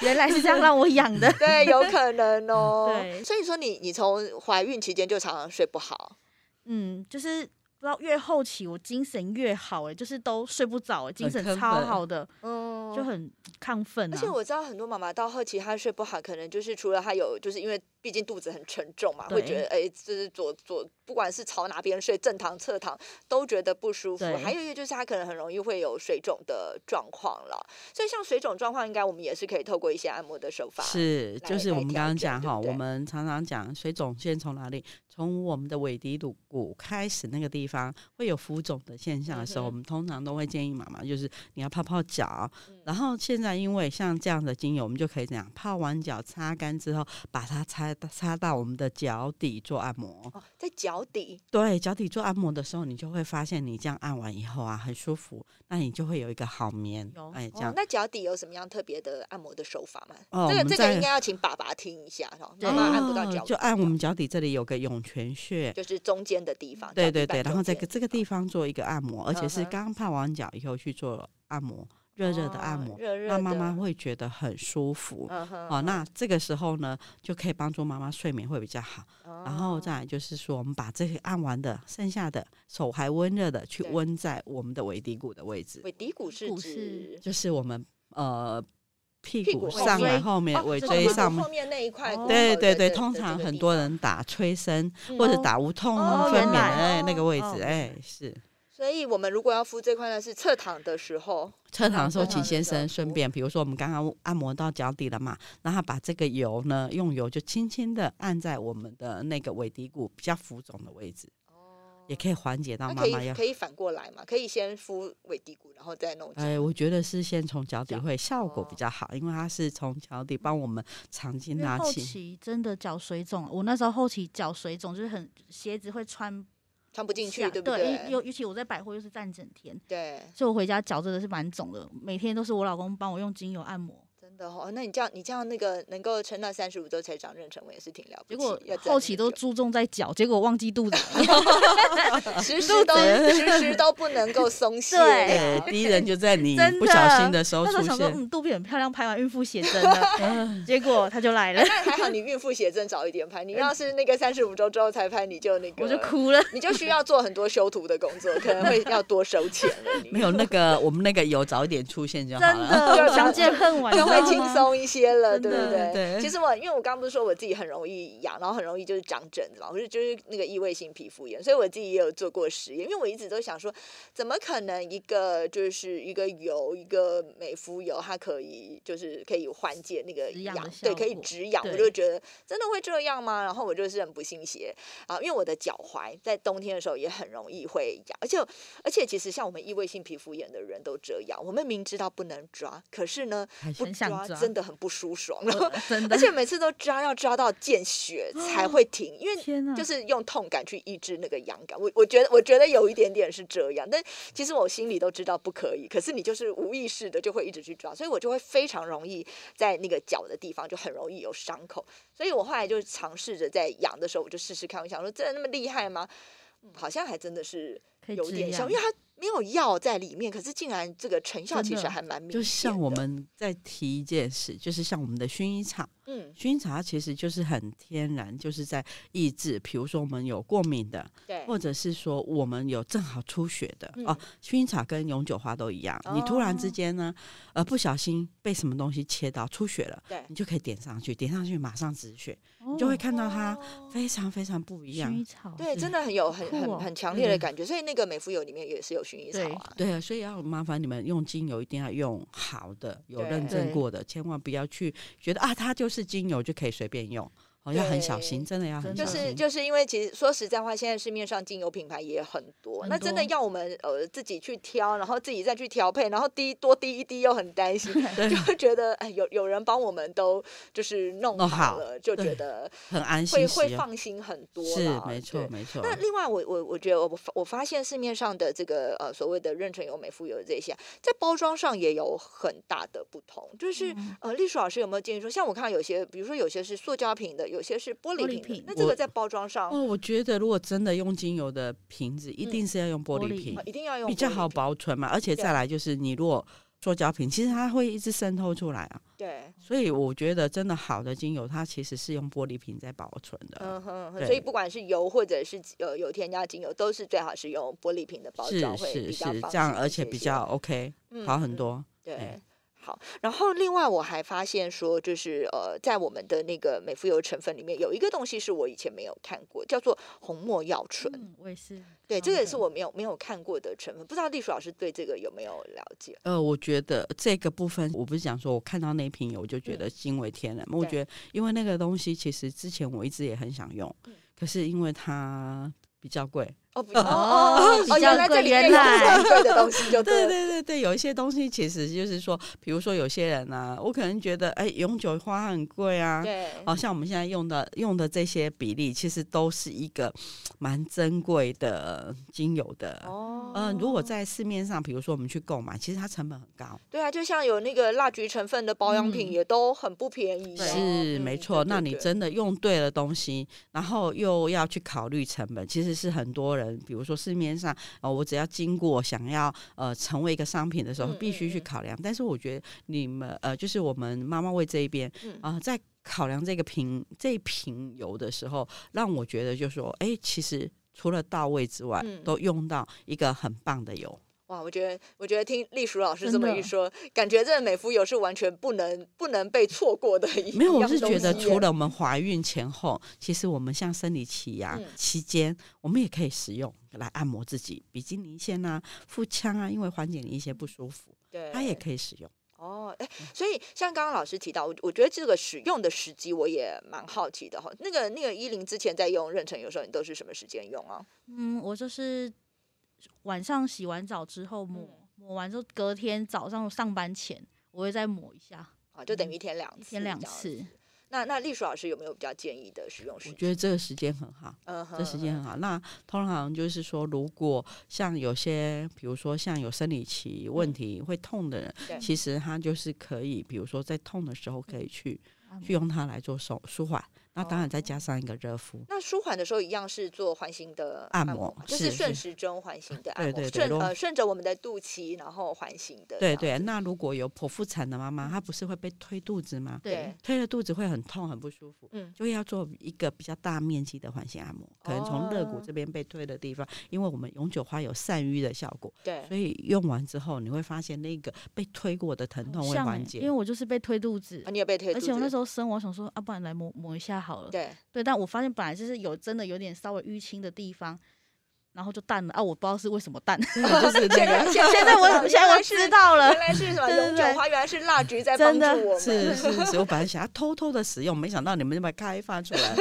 D: (laughs) 原来是这样让我养的。 (laughs)
B: 对，有可能哦。
D: 对
B: 所以说你你从怀孕期间就常常睡不好，
D: 嗯，就是不知道越后期我精神越好、哎，就是都睡不着、哎，精神
C: 很亢
D: 超
C: 奋
D: 好的，
B: 嗯
D: 就很亢奋、啊。
B: 而且我知道很多妈妈到后期她睡不好，可能就是除了她有，就是因为毕竟肚子很沉重嘛，会觉得哎、就是左左不管是朝哪边睡，正躺侧躺都觉得不舒服。
D: 对
B: 还有一个就是她可能很容易会有水肿的状况了。所以像水肿状况，应该我们也是可以透过一些按摩的手法。
C: 是，
B: 来
C: 就是我
B: 来
C: 们
B: 调
C: 刚刚
B: 整
C: 讲
B: 对
C: 哈，
B: 不对
C: 我们常常讲水肿先从哪里？从我们的尾骶骨骨开始那个地方会有浮肿的现象的时候，
B: 嗯哼
C: 我们通常都会建议妈妈就是你要泡泡脚，
B: 嗯
C: 然后现在因为像这样的精油，我们就可以这样泡完脚擦干之后，把它擦擦到我们的脚底做按摩。
B: 哦，在脚底，
C: 对，脚底做按摩的时候，你就会发现你这样按完以后啊，很舒服，那你就会有一个好眠
D: 有。
C: 哎，这
B: 哦
C: 样，。
B: 那脚底有什么样特别的按摩的手法吗？这
C: 哦我
B: 个
C: 们
B: 这个
C: 在哦
B: 应该要请爸爸听一下哈，
D: 对
B: 妈妈按不到脚底，
C: 就按我们脚底这里有个涌泉穴，
B: 就是中间的地方，
C: 对
B: 脚底
C: 对
B: 板
C: 对，然
B: 中
C: 后在
B: 间嗯
C: 这个地方做一个按摩，而且是
B: 嗯哼
C: 刚泡完脚以后去做按摩，热热的按摩
B: 哦，热热
C: 让妈
B: 的
C: 妈会觉得很舒服。
B: 嗯哼
C: 哦，那这个时候呢，就可以帮助妈妈睡眠会比较好。然后
B: 哦
C: 再来就是说，我们把这些按完的剩下的手还温热的，去
B: 对
C: 温在我们的尾骶骨的位置，
B: 尾骶骨是
D: 骨是
B: 指
C: 就是我们呃屁
B: 屁
C: 股
B: 股后
C: 上来
B: 椎
C: 后面
B: 哦
C: 尾
B: 就
C: 椎
B: 是后
C: 上
B: 面
C: 面
B: 后。面那一块骨头的这
C: 对
B: 个，
C: 对对，
B: 的
C: 通
B: 这
C: 常
B: 个
C: 很
B: 地
C: 多
B: 方
C: 人打吹声或者
B: 嗯
C: 打无痛
B: 哦
C: 分
D: 原
C: 娩的
D: 来
C: 哎那个位
D: 哦
C: 置，哎是。
B: 所以我们如果要敷这块呢，是侧躺的时候，
C: 侧躺的时候，
B: 侧躺
C: 请
B: 的
C: 先
B: 时候
C: 生顺便，比如说我们刚刚按摩到脚底了嘛，然后把这个油呢，用油就轻轻的按在我们的那个尾骶骨比较浮肿的位置，也可以缓解到
B: 哦那
C: 妈
B: 可
C: 妈
B: 以
C: 要
B: 可。以反过来嘛？可以先敷尾骶骨，然后再弄脚。
C: 哎，我觉得是先从脚底
B: 脚哦嗯
C: 会效果比较好，因为它是从脚底帮我们长期
D: 因为
C: 拉
D: 后
C: 起。
D: 期真的脚水肿，我那时候后期脚水肿就是很鞋子会穿
B: 穿不进去，
C: 啊
D: 下
B: 对不
D: 因尤尤其我在百货又是站整天，
B: 对，
D: 所以我回家脚真的是蛮肿的，每天都是我老公帮我用精油按摩，
B: 真的哦。那你这样，你这样那个能够撑到三十五周才长妊娠纹，也是挺了不
D: 结
B: 起。
D: 果
B: 要
D: 后期都
B: 吃
D: 注重在脚，结果忘
B: (laughs)
D: 记肚子了。
C: (laughs)
B: 时时呃都时时都不能够松懈。
D: 对
C: (laughs) 对，第一人就在你
D: 哎真的
C: 嗯不小心的时候
D: 那时
C: 出
D: 候想说，
C: 现。
D: 嗯，肚皮很漂亮，拍完孕妇写
C: (laughs)
D: 真了，结果他
B: (laughs)
D: 就来了，
B: 但还好你孕妇写真早一点拍，
C: 呃
B: 你要是那个三十五周之后才拍，你就那个
D: 我就，哭
C: (laughs)
D: 了。
B: 你就需要做很多修图的工作，可能会要多收钱了。你
C: 没有那个，我们那个油早一点出现就
D: 真
C: 好了。啊
D: 的，我相见
B: (laughs)
D: 恨晚，啊
B: 就会
D: 你知道
B: 轻
D: 吗。
B: 松一些了，对
D: 真
B: 不对
D: 的？
C: 对
B: 其实我因为我刚不是说我自己很容易痒，然后很容易就是长疹子嘛，我是就是那个异位性皮肤炎，所以我自己也有做过实验，因为我一直都想说，怎么可能一个就是一个油一个美肤油，它可以就是可以缓解那个
D: 止痒的
B: 痒，
D: 效
B: 对，可以
D: 果
B: 止痒，我
D: 对
B: 就觉得真的会这样吗？然后我就是很不信邪啊，因为我的脚踝在冬天的时候也很容易会痒，而且而且其实像我们异位性皮肤炎的人都这样，我们明知道不能抓，可是呢
C: 还
B: 不
D: 很想抓
B: 真的很不舒爽，然后
D: 我
B: (laughs)
D: 真的
B: 而，
D: 哦
B: 且每次都抓要抓到见血才会停，因为。
D: 天哪，
B: 就是用痛感去抑制那个痒感，我我觉得我觉得有一点点是这样，但其实我心里都知道不可以，可是你就是无意识的就会一直去抓，所以我就会非常容易在那个脚的地方就很容易有伤口，所以我后来就尝试着在痒的时候我就试试看，我想说真的那么厉害吗？嗯好像还真的是
D: 可以
B: 有
D: 止
B: 点像，
D: 痒
B: 因为它没有药在里面，可是竟然这个成效
D: 真
B: 其实
D: 的
B: 还蛮明显
C: 就
B: 的，
C: 像我们在提一件事，就是像我们的薰衣草。
B: 嗯
C: 薰衣草它其实就是很天然，就是在抑制，比如说我们有过敏的，
B: 对
C: 或者是说我们有正好出血的、
B: 嗯
C: 哦。薰衣草跟永久花都一样，你突然之
B: 哦
C: 间呢，呃，不小心被什么东西切到出血了，
B: 对
C: 你就可以点上去，点上去马上止血，你就会看到它非常非常不一
D: 哦薰衣
C: 样。
D: 草，
B: 对，
C: 是
B: 真的很有很
D: 酷
B: 很
D: 哦
B: 很强烈的
C: 嗯
B: 感觉，所以那个美肤油里面也是有薰衣草
D: 对
B: 啊。
C: 对啊，所以要麻烦你们用精油一定要用好的、有
B: 对
C: 认证
D: 对
C: 过的，千万不要去觉得啊，它就是精油就可以随便用，哦，要很小心，
B: 对
C: 真的要很
D: 真
C: 小
B: 就
D: 的
C: 心。
B: 是就是因为其实说实在话，现在市面上精油品牌也很多，
D: 很
B: 那真的
D: 多
B: 要我们呃自己去挑，然后自己再去调配，然后滴多滴一滴又很担
C: (laughs)
B: 心，就会觉得哎有有人帮我们都就是弄
C: 弄
B: 好
C: 好
B: 了，就
C: 对
B: 觉得
C: 很安
B: 会
C: 心使
B: 会
C: 用。
B: 放心很多
C: 是
B: 啦
C: 没错
B: 对
C: 没错。
B: 那另外我，我我觉得我发我发现市面上的这个呃所谓的妊娠油、美肤油这些，在包装上也有很大的不同。就是、
C: 嗯
B: 呃，栗树老师有没有建议说，像我看到有些，比如说有些是塑胶瓶的，有些是玻璃
D: 玻璃
B: 瓶的，
D: 瓶
B: 那这个
C: 我
B: 在包装上、
C: 哦，我觉得如果真的用精油的瓶子，一
B: 嗯
C: 定是要用玻
D: 玻
C: 璃
D: 璃
C: 瓶
B: 呃，一定要用
C: 比较
B: 玻璃
C: 好
B: 瓶
C: 保存嘛。而且
B: 对
C: 再来就是，你如果塑胶瓶，其实它会一直渗透出来啊。
B: 对，
C: 所以我觉得真的好的精油，它其实是用玻璃瓶在保存的。
B: 嗯哼，所以
C: 对
B: 不管是油或者是呃有添加精油，都是最好是用玻璃瓶的包
C: 是
B: 装会
C: 是
B: 比较
C: 是，
B: 放
C: 这样
B: 心
C: 而
B: 一
C: 且
B: 些
C: 比
B: 些
C: 较 OK，好很。
B: 嗯嗯
C: 多。
B: 对
C: 哎，
B: 好。然后另外我还发现说，就是呃，在我们的那个美肤油成分里面有一个东西是我以前没有看过，叫做红没药醇。
D: 嗯，我也是，
B: 对，这个也是
D: 嗯
B: 我没有没有看过的成分，不知道栗树老师对这个有没有了解？
C: 呃，我觉得这个部分，我不是讲说我看到那一瓶油我就觉
B: 嗯
C: 得惊为天人嘛。我
B: 对
C: 觉得，因为那个东西其实之前我一直也很想用，
B: 嗯
C: 可是因为它比较贵。
B: 哦，不哦
D: 哦
B: 哦
D: 比
B: 哦，
D: 较
B: 原来这
D: 贵
B: 里面有
D: 原来
B: 很贵的东西就对
C: 对
B: 了。
C: 对对对，有一些东西其实就是说，比如说有些人呢、我可能觉得，哎，永久花很贵啊。
B: 对
C: 哦，像我们现在用的用的这些比例，其实都是一个蛮珍贵的精油的。
B: 哦
C: 嗯、如果在市面上，比如说我们去购买，其实它成本很高。
B: 对啊，就像有那个蜡菊成分的保养品
D: 嗯
B: 也都很不便宜哦，
C: 是
B: 嗯
C: 没
B: 对
C: 错，
B: 对
C: 那你
B: 对
C: 真的用对了东西，然后又要去考虑成本，其实是很多人，比如说市面上哦、我只要经过想要呃成为一个商品的时候，
B: 嗯
C: 必须去
B: 嗯嗯
C: 考量。但是我觉得你们呃，就是我们妈妈味这一边
B: 嗯
C: 啊、在考量这个瓶这一瓶油的时候，让我觉得就说，哎、其实除了到位之外，
B: 嗯
C: 都用到一个很棒的油。
B: 哇，我觉得，我觉得听丽淑老师这
D: 真
B: 么
D: 的
B: 一说，感觉这美肤油是完全不能不能被错过的一
C: 没有，
B: 一
C: 我
B: 样
C: 是
B: 东
C: 觉得
B: 西
C: 除
B: 耶
C: 了我们怀孕前后，其实我们像生理期呀、
B: 嗯
C: 期间，我们也可以使用来按摩自己比基尼线啊、腹腔啊，因为缓解你一些不舒服，
B: 对，
C: 它也可以使用。
B: 哦，哎，所以像刚刚老师提到，我我觉得这个使用的时机我也蛮好奇的哈。那个那个依林之前在用妊娠油的时候，你都是什么时间用啊？
D: 嗯，我就是晚上洗完澡之后抹，
B: 嗯
D: 抹完之后隔天早上上班前我会再抹一下，
B: 啊，就等
C: 嗯
B: 于一天两次，
D: 一天两。次。
B: 那那丽淑老师有没有比较建议的使用时
C: 我
B: 间？
C: 觉得这个时间很好。
B: 嗯哼，
C: 这时间很
B: 嗯
C: 好。那通常就是说，如果像有些，比如说像有生理期问题、会痛的人，
B: 嗯对
C: 其实他就是可以，比如说在痛的时候可以去、
D: 按摩
C: 去用它来做手舒缓。那当然再
B: 嗯哦
C: 加上一个热敷。
B: 那舒缓的时候一样是做环形的
C: 按
B: 摩
C: 摩
B: 嘛，就是顺
C: 是
B: 时针环形的按
C: 对
B: 摩，
C: 对对如
B: 顺
C: 果
B: 呃顺着我们的肚脐，然后环形的这
C: 对
B: 样子。
C: 对，那如果有剖腹产的妈妈，她不是会被推肚子吗？
D: 对，
C: 推了肚子会很痛，很不舒服，
B: 嗯
C: 就要做一个比较大面积的缓刑按摩，可能从肋骨
B: 哦
C: 这边被推的地方，因为我们永久花有散瘀的效果，
B: 对
C: 所以用完之后你会发现那个被推过的疼痛
D: 好
C: 会
D: 像
C: 缓
D: 欸
C: 解，
D: 因为我就是被推肚子
B: 啊，，你有被推肚
D: 而
B: 子？
D: 且我那时候生完想说啊，不然来抹抹一下好了。
B: 对，
D: 对，但我发现本来就是有真的有点稍微淤青的地方，然后就淡了啊，我不知道是为什么
B: (laughs)
D: 淡。
C: 对就是那个 (laughs)
B: 现 (laughs)
D: 现在我现在我知道了
B: 原，来是什么
D: 对对
B: 永久
D: 对
B: 花，原来是蜡菊在帮助
D: 真的
B: 我们。
C: 是是是，我本来想要偷偷的使用，没想到你们把它开发出来，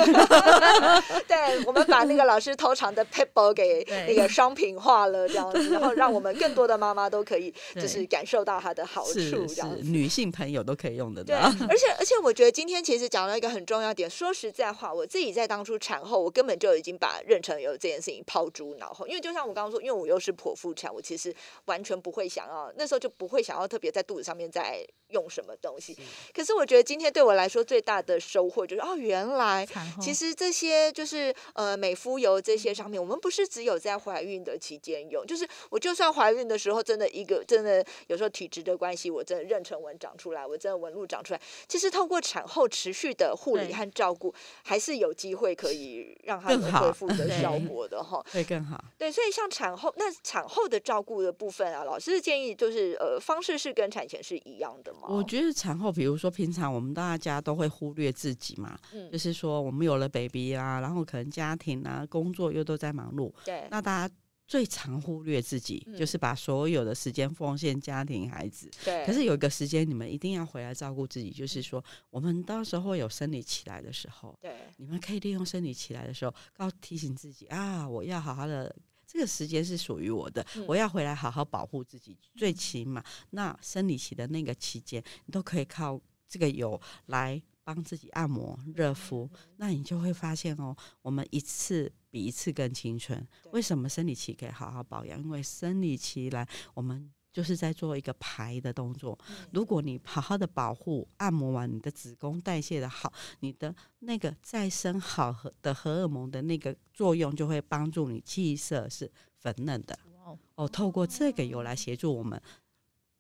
B: 对，我们把那个老师偷藏的 paper
C: (laughs)
B: 给
D: 对
B: 那个商品化了，这样子，然后让我们更多的妈妈都可
C: (laughs)
B: 以
D: 对
B: 就是感受到它的好处，
C: 是
B: 这样
C: 是，
B: 子。
C: 女性朋友都可以用得
B: 对，
C: 到。
B: 而且而且，我觉得今天其实讲到一个很重要点。说实在话，我自己在当初产后，我根本就已经把妊娠油这件事情抛诸脑后，因为就像我刚刚说，因为我又是剖腹产，我其实完全不会想要，那时候就不会想要特别在肚子上面再用什么东西。可是我觉得今天对我来说最大的收获就是，哦，原来
D: 产
C: 嗯
D: 后
B: 其实这些就是呃美肤油这些商品，我们不是只有在怀孕的期间用，就是我就算怀孕的时候，真的一个真的有时候体质的关系，我真的妊娠纹长出来，我真的纹路长出来，其实透过产后持续的护理
D: 对
B: 和照顾，还是有机会可以让它
C: 更
B: 有
C: 好
B: 恢复的效
C: 对
B: 果的哈。
C: 会更好，
B: 对，所以像产后那产后的照顾的部分啊，老师的建议就是呃方式是跟产前是一样的吗？
C: 我觉得产后，比如说平常我们大家都会忽略自己嘛，就
B: 嗯，
C: 是说我们有了 baby 啊，然后可能家庭啊、工作又都在忙碌，
B: 对，
C: 那大家最常忽略自己，
B: 嗯
C: 就是把所有的时间奉献家庭、孩子。
B: 对，
C: 可是有一个时间，你们一定要回来照顾自己，就是说我们到时候有生理期来的时候，
B: 对，
C: 你们可以利用生理期来的时候，告提醒自己啊，我要好好的。这个时间是属于我的，
B: 嗯
C: 我要回来好好保护自己。最起码，那生理期的那个期间，你都可以靠这个油来帮自己按摩、热敷，
B: 嗯
C: 那你就会发现哦，我们一次比一次更青春。
B: 对
C: 为什么生理期可以好好保养？因为生理期来，我们就是在做一个排的动作，
B: 嗯
C: 如果你好好的保护、按摩完你的子宫代谢的好，你的那个再生好荷的荷尔蒙的那个作用，就会帮助你气色是粉嫩的
D: 哇哦
C: 哦。透过这个油来协助我们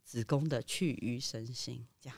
C: 子宫的去瘀身心，这样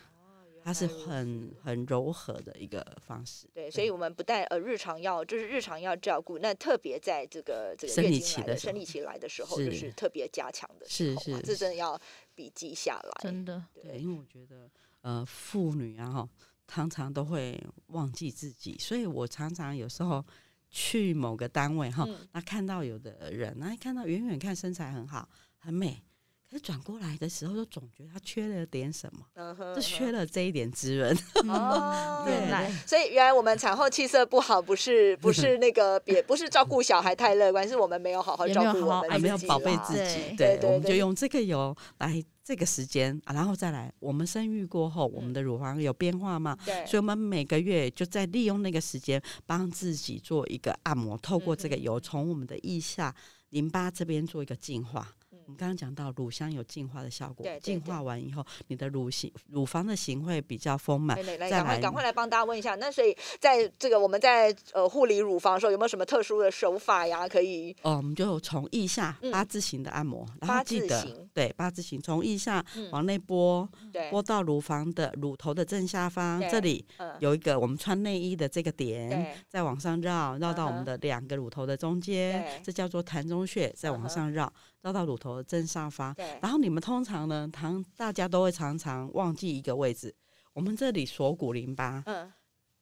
C: 它
B: 嗯
C: 是很很柔和的一个方式。
B: 对，所以我们不但呃日常要就是日常要照顾，那特别在这个这个
C: 生
B: 月
C: 理
B: 经
C: 期
B: 来
C: 的
B: 的
C: 时
B: 生
C: 候
B: 理期来的时候，就是是特别加强的时
C: 是
B: 候啊
C: 是
B: 这真的要笔记下来。
D: 真的
C: 对，因为我觉得呃，妇女啊哈，常常都会忘记自己，所以我常常有时候去某个单位哈，
B: 嗯
C: 那看到有的人，那看到远远看身材很好，很美。可是转过来的时候，就总觉得她缺了点什么，
B: 嗯哼，
C: 就缺了这一点滋润。
B: 哦
D: 嗯，
C: 对
D: 原来
B: 所以原来我们产后气色不好，不是不是那个别不是照顾小孩太乐观，是我们没有好好
D: 也
B: 照
D: 没有
B: 顾
D: 好
B: 我
D: 好
B: 们
D: 爱
C: 啊，没有
B: 自己
C: 宝贝
B: 啦
C: 自己，
B: 对
C: 对，
B: 对
C: 我们就
B: 对
C: 用这个油来这个时间啊，然后再来，我们生育过后，我们的乳房有变化吗？
B: 对，
C: 所以我们每个月就在利用那个时间，帮自己
B: 嗯
C: 做一个按摩，透过这个油从我们的腋下淋巴这边做一个净化，
B: 嗯嗯
C: 我们刚刚讲到乳香有净化的效果，
B: 对对
C: 净化完以后，你的乳形乳房的形会比较丰满
B: 来。来来，哎
C: 再
B: 赶快
C: 来
B: 赶快来帮大家问一下，那所以在这个我们在呃护理乳房的时候，有没有什么特殊的手法呀？可以，
C: 哦，我们就从腋下
B: 嗯
C: 八字形的按摩，然
B: 八
C: 后
B: 字
C: 记得
B: 形
C: 对八字形从腋下
B: 嗯
C: 往内拨，
B: 对，
C: 拨到乳房的乳头的正下方
B: 对
C: 这里。
B: 嗯，
C: 有一个我们穿内衣的这个点
B: 对，
C: 再往上绕，绕到
B: 嗯
C: 我
B: 哼
C: 们的两个乳头的中
B: 对
C: 间，这叫做潭中穴。再
B: 嗯
C: 往
B: 哼
C: 上绕，绕到乳头的正上方。
B: 对，
C: 然后你们通常呢，常大家都会常常忘记一个位置。我们这里锁骨淋巴，
B: 嗯，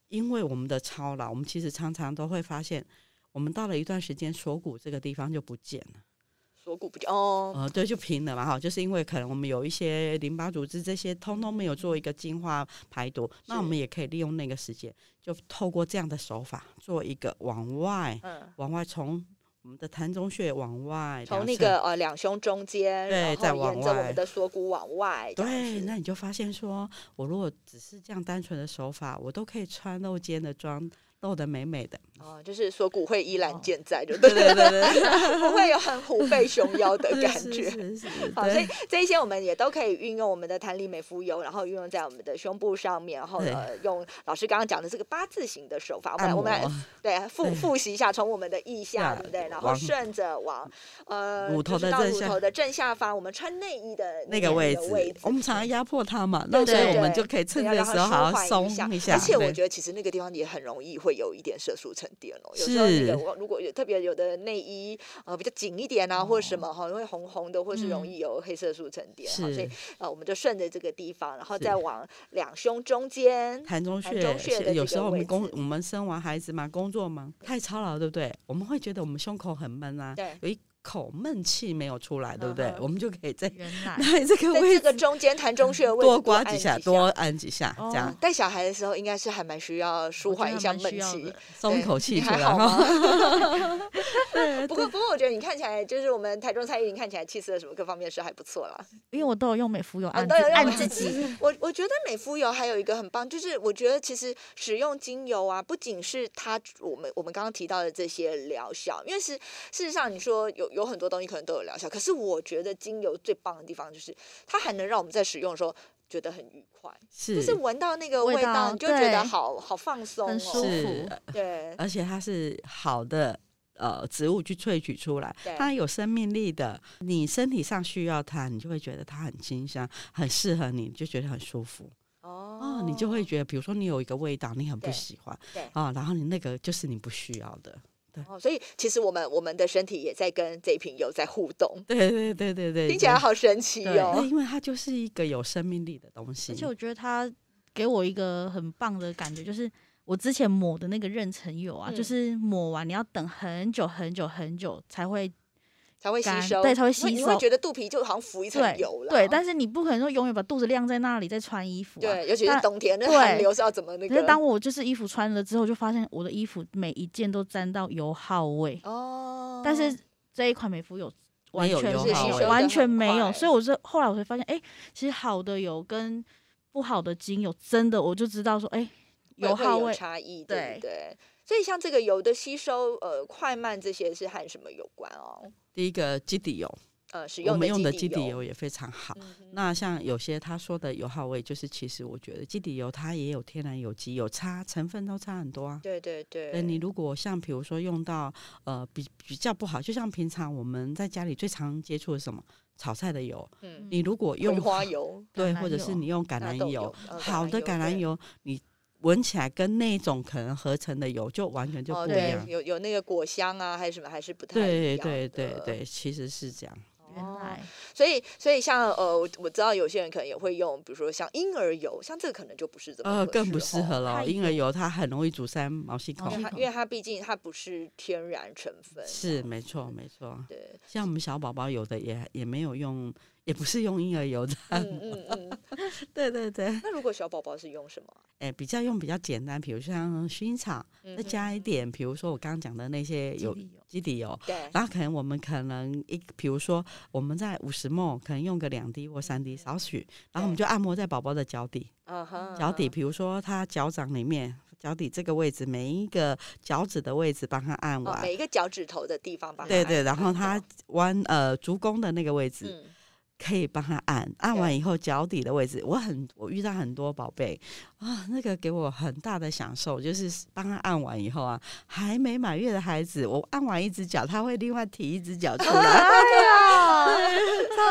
C: 因为我们的操劳，我们其实常常都会发现，我们到了一段时间，锁骨这个地方就不见了。
B: 锁骨不就哦，
C: 呃，对，就平了嘛哈，就是因为可能我们有一些淋巴组织这些，通通没有做一个净化排毒，那我
B: 是
C: 们也可以利用那个时间，就透过这样的手法做一个往外，
B: 嗯，
C: 往外从我们的潭中穴往外，
B: 从
C: 两
B: 那
C: 侧
B: 个呃两胸中间，
C: 对
B: 然
C: 再
B: 后
C: 往
B: 沿着我们
C: 外
B: 的锁骨往外，这样
C: 对，
B: 子
C: 那你就发现说，我如果只是这样单纯的手法，我都可以穿露肩的装，露得美美的。
B: 哦，就是锁骨会依然
C: 哦
B: 健在，就对了，
C: 对对，
B: 不会有很虎背熊腰的感
C: (laughs) 是
B: 觉。
C: 是是是，
B: 好，所以
C: 对
B: 这一些我们也都可以运用我们的弹力美肤油，然后运用在我们的胸部上面，然后
C: 对
B: 呃用老师刚刚讲的这个八字形的手法，我们
C: 按
B: 来我
C: 摩
B: 们来对复
C: 对
B: 复习一下，从我们的腋下
C: 下
B: 对不对，然后
C: 往
B: 顺着往呃
C: 乳
B: 就
C: 头
B: 是
C: 的
B: 到
C: 正
B: 乳
C: 下
B: 头的正下方，我们穿内衣的
C: 那
B: 边
C: 个
B: 的
C: 位
B: 位
C: 置，我们常常压迫它嘛，那
B: 对
C: 所以我们
B: 对
C: 就可以趁
B: 要
C: 这
B: 让它
C: 个时候好
B: 舒
C: 好
B: 缓一
C: 松
B: 下
C: 一
B: 而且我
C: 对
B: 觉得其实那个地方也很容易会有一点色素沉淀哦。有时候那
C: 是
B: 个我如果有特别有的内衣呃比较紧一点啊，或者什
C: 哦
B: 么哈，会红红的，或是容
D: 嗯
B: 易有黑色素沉淀哈。所以
C: 是
B: 呃，我们就顺着这个地方，然后
C: 是
B: 再往两胸中间。
C: 潭中
B: 潭中
C: 穴
B: 穴的
C: 有
B: 这
C: 时
B: 个
C: 候我
B: 位
C: 们工
B: 置
C: 我们生完孩子嘛，工作忙太操劳，对不对？我们会觉得我们胸口很闷啊，
B: 对
C: 有一口闷气没有出来，对不对
B: 嗯？哼
C: 我们就可以在
D: 原来
C: (laughs) 在这个
B: 在
C: 位
B: 这个
C: 置
B: 中间潭中穴的位置
C: 多刮
B: 按
C: 几下，多按几下，这样
D: 哦
B: 带小孩的时候，应该是还蛮需要 (laughs) 舒
D: 我觉
B: 缓
D: 得
B: 一下
D: 还蛮
B: 闷
D: 需要
B: 气
D: 的。
C: 松一
B: 对
C: 口气
B: 你
C: 出
B: 还
C: 来
B: 好
C: 哈。 (laughs)
B: 吗？ (laughs) 不过不过，我觉得你看起来就是我们台中蔡依林看起来气色什么各方面是还不错啦。
D: 因为我都有用美肤油
B: 啊，
D: 按
B: 都
D: 自
B: 有用
D: 按
B: 完
D: 自己，。
B: (laughs) 我我觉得美肤油还有一个很棒，就是我觉得其实使用精油啊，不仅是它我们我们刚刚提到的这些疗效，因为是事实上你说有有很多东西可能都有疗效，可是我觉得精油最棒的地方就是它还能让我们在使用的时候觉得很愉快，就是
C: 是
B: 闻到那个
D: 味
B: 味道，
D: 道
B: 你就觉得
D: 对
B: 好好放松
D: 很舒
B: 哦。
C: 是
D: 服，
B: 对
C: 而且它是好的呃植物去萃取出来
B: 对，
C: 它有生命力的。你身体上需要它，你就会觉得它很清香，很适合你，你就觉得很舒服啊、
B: 哦
C: 你就会觉得，比如说你有一个味道，你很不
B: 对
C: 喜欢
B: 对
C: 啊、然后你那个就是你不需要的。
B: 哦，所以其实我们我们的身体也在跟这一瓶油在互动，
C: 对对对对对，
B: 听起来好神奇
C: 对，
B: 哦 (laughs)
C: 那。因为它就是一个有生命力的东西。
D: 而且我觉得它给我一个很棒的感觉，就是我之前抹的那个妊娠油啊，
B: 嗯
D: 就是抹完你要等很久很久很久才会
B: 才会吸
D: 干
B: 收，
D: 对才会
B: 你
D: 吸
B: 你会
D: 收
B: 觉得肚皮就好像浮一层
D: 对
B: 油了。啊
D: 对，但是你不可能说永远把肚子晾在那里再穿衣服、啊，
B: 对，尤其是
D: 但
B: 冬天，那
D: 对
B: 寒流是要怎么那
D: 可是
B: 个？
D: 当我就是衣服穿了之后，就发现我的衣服每一件都沾到油耗味，
B: 哦，
D: 但是这一款美肤有完
C: 没有
D: 全
C: 油
D: 没
C: 耗
D: 有，
C: 味
D: 完全没
B: 吸收得很快
D: 有，所以我是后来我才发现，哎、其实好的油跟不好的精油真的我就知道说，哎、
B: 会
D: 油
B: 会
D: 耗
B: 有
D: 味
B: 差异，对不
D: 对
B: 对？所以像这个油的吸收，呃，快慢这些是和什么有关哦？
C: 第一个基底油，
B: 呃，使
C: 我
B: 用
C: 们用的基
B: 底
C: 底油，也非常好。
B: 嗯哼
C: 那像有些他说的油耗味，就是其实我觉得基底油它也有天然有机，有差成分都差很多啊。
B: 对对对，
C: 对你如果像比如说用到呃比比较不好，就像平常我们在家里最常接触的是什么炒菜的油，
B: 嗯，
C: 你如果
B: 葵
C: 用
B: 花
C: 好
B: 油、
C: 对，
D: 橄
C: 或
D: 榄
C: 者是
D: 油
C: 你用橄
B: 纳
C: 榄
B: 豆
C: 油，
B: 油，呃
C: 好的橄榄。油你闻起来跟那种可能合成的油就完全就
B: 对哦，
C: 不一
B: 对
C: 样，。
B: 有有那个果香啊，还是什么，还是不太一
C: 对
B: 样
C: 对对
B: 的
C: 对，其实是这样。
D: 原
B: 哦
D: 来
B: 所以，所以像呃，我我知道有些人可能也会用，比如说像婴儿油，像这个可能就不是这么
C: 呃，
B: 合
C: 更
B: 适
C: 不适合
B: 哦，
C: 了，
D: 太
C: 婴儿油它很容易阻塞毛细
D: 毛
C: 孔
B: 因为
D: 细。
B: 它
D: 孔
B: 因为它毕竟它不是天然成分，
C: 是，没错，没错。
B: 对，
C: 像我们小宝宝有的也也没有用，也不是用婴儿油的。 (laughs)
B: 嗯嗯嗯。
C: 对对对，哎、
B: 那如果小宝宝是用什么啊？
C: 比较用比较简单，比如像薰衣草，
B: 嗯
C: 再加一点，比如说我刚刚讲的那些
D: 基
C: 有
D: 底油
C: 基底油，
B: 对，
C: 然后可能我们可能一，比如说我们在五十梦，可能用个两滴或三滴少许，然后我们就按摩在宝宝的脚底，
B: 嗯哼，
C: 脚底，
B: 嗯
C: 比如说他脚掌里面脚底这个位置，每一个脚趾的位置帮他按
B: 哦
C: 完，，
B: 每一个脚趾头的地方吧。
C: 啊对对，然后他弯呃足弓的那个位置，
B: 嗯，
C: 可以帮他按，按完以后脚底的位置，我很我遇到很多宝贝啊，那个给我很大的享受，就是帮他按完以后啊，还没满月的孩子，我按完一只脚，他会另外提一只脚出来，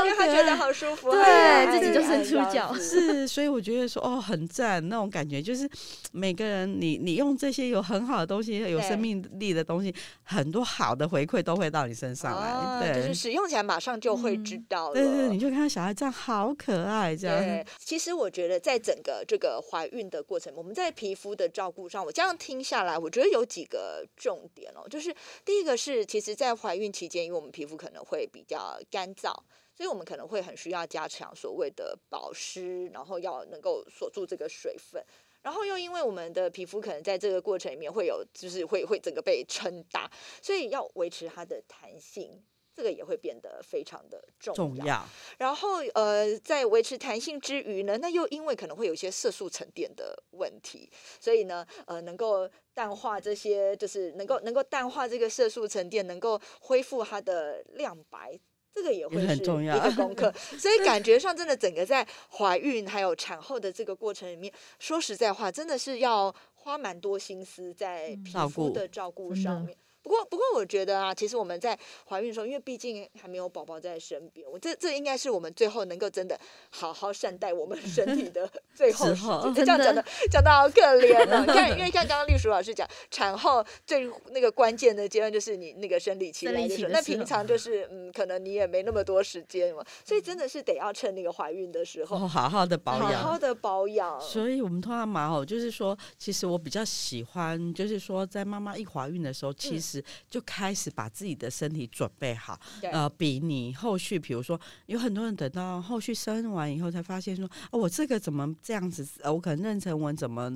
B: 因为他觉得好舒服，
D: 对
B: 哎呀
D: 自己就伸出脚，
C: 是，所以我觉得说哦，很赞，那种感觉就是每个人你你用这些有很好的东西，有
B: 对
C: 生命力的东西，很多好的回馈都会到你身上来，
B: 哦
C: 对。
B: 就是使用起来马上就会
D: 嗯
B: 知道了。
C: 对对，你就看到小孩这样好可爱，这样
B: 对，其实我觉得在整个这个怀孕的过程，我们在皮肤的照顾上，我这样听下来，我觉得有几个重点哦，就是第一个是，其实，在怀孕期间，因为我们皮肤可能会比较干燥。所以我们可能会很需要加强所谓的保湿，然后要能够锁住这个水分，然后又因为我们的皮肤可能在这个过程里面会有，就是会会整个被撑大，所以要维持它的弹性，这个也会变得非常的
C: 重要。
B: 然后呃，在维持弹性之余呢，那又因为可能会有一些色素沉淀的问题，所以呢，呃，能够淡化这些，就是能够能够淡化这个色素沉淀，能够恢复它的亮白。这个也会
C: 也
B: 是
C: 很
B: 一
C: 重要啊
B: 个功课， (laughs) 所以感觉上真的整个在怀孕还有产后的这个过程里面，说实在话，真的是要花蛮多心思在
D: 嗯
B: 皮
C: 照
B: 肤
C: 顾
B: 的照顾
D: 真的
B: 上面。不过，不过我觉得啊，其实我们在怀孕的时候，因为毕竟还没有宝宝在身边，我这这应该是我们最后能够真的好好善待我们身体
D: (laughs)
B: 的最后
C: 时
B: 时
C: 候
B: 间。这
D: 真
B: 样讲
D: 的
B: 的讲的好可怜哦。你看，
D: (laughs)
B: 因为像刚刚丽淑老师讲，产后最那个关键的阶段就是你那个生理期
D: 生理
B: 来的
D: 期
B: 时候，
D: 的
B: 那
D: 时候
B: 平常就是嗯，可能你也没那么多时间嘛，所以真的是得要趁那个怀孕的时
C: 然
B: 候，
C: 后哦好好的保
B: 好
C: 养，
B: 好的保养。
C: 所以我们通常嘛哦，就是说，其实我比较喜欢，就是说，在妈妈一怀孕的时候，其实就开始把自己的身体准备好。
B: 对
C: 呃，比你后续，比如说，有很多人等到后续生完以后，才发现说，哦，我这个怎么这样子？呃，我可能妊娠纹怎么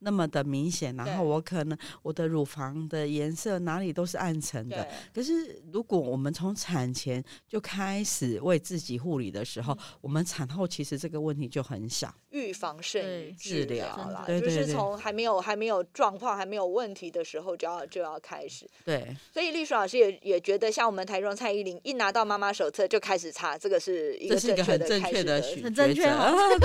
C: 那么的明显？然后
B: 对
C: 我可能我的乳房的颜色哪里都是暗沉的
B: 对。，
C: 可是，如果我们从产前就开始为自己护理的时候，
B: 嗯
C: 我们产后其实这个问题就很小。
B: 预防胜于
D: 对
B: 治
C: 治
B: 疗
C: 疗
B: 啦，
C: 真的
B: 就
C: 对对
B: 是
C: 对
B: 从还没有还没有状况、还没有问题的时候就要就要开始。
C: 对，
B: 所以丽淑老师也也觉得，像我们台中蔡依林一拿到妈妈手册就开始擦，这个是一个
C: 这是一
B: 正
C: 个
B: 确
C: 很
B: 的
C: 正
B: 开
C: 确
B: 始
C: 的
B: 的
C: 选
D: 很正
C: 抉
D: 确
C: 择啊
D: 哦因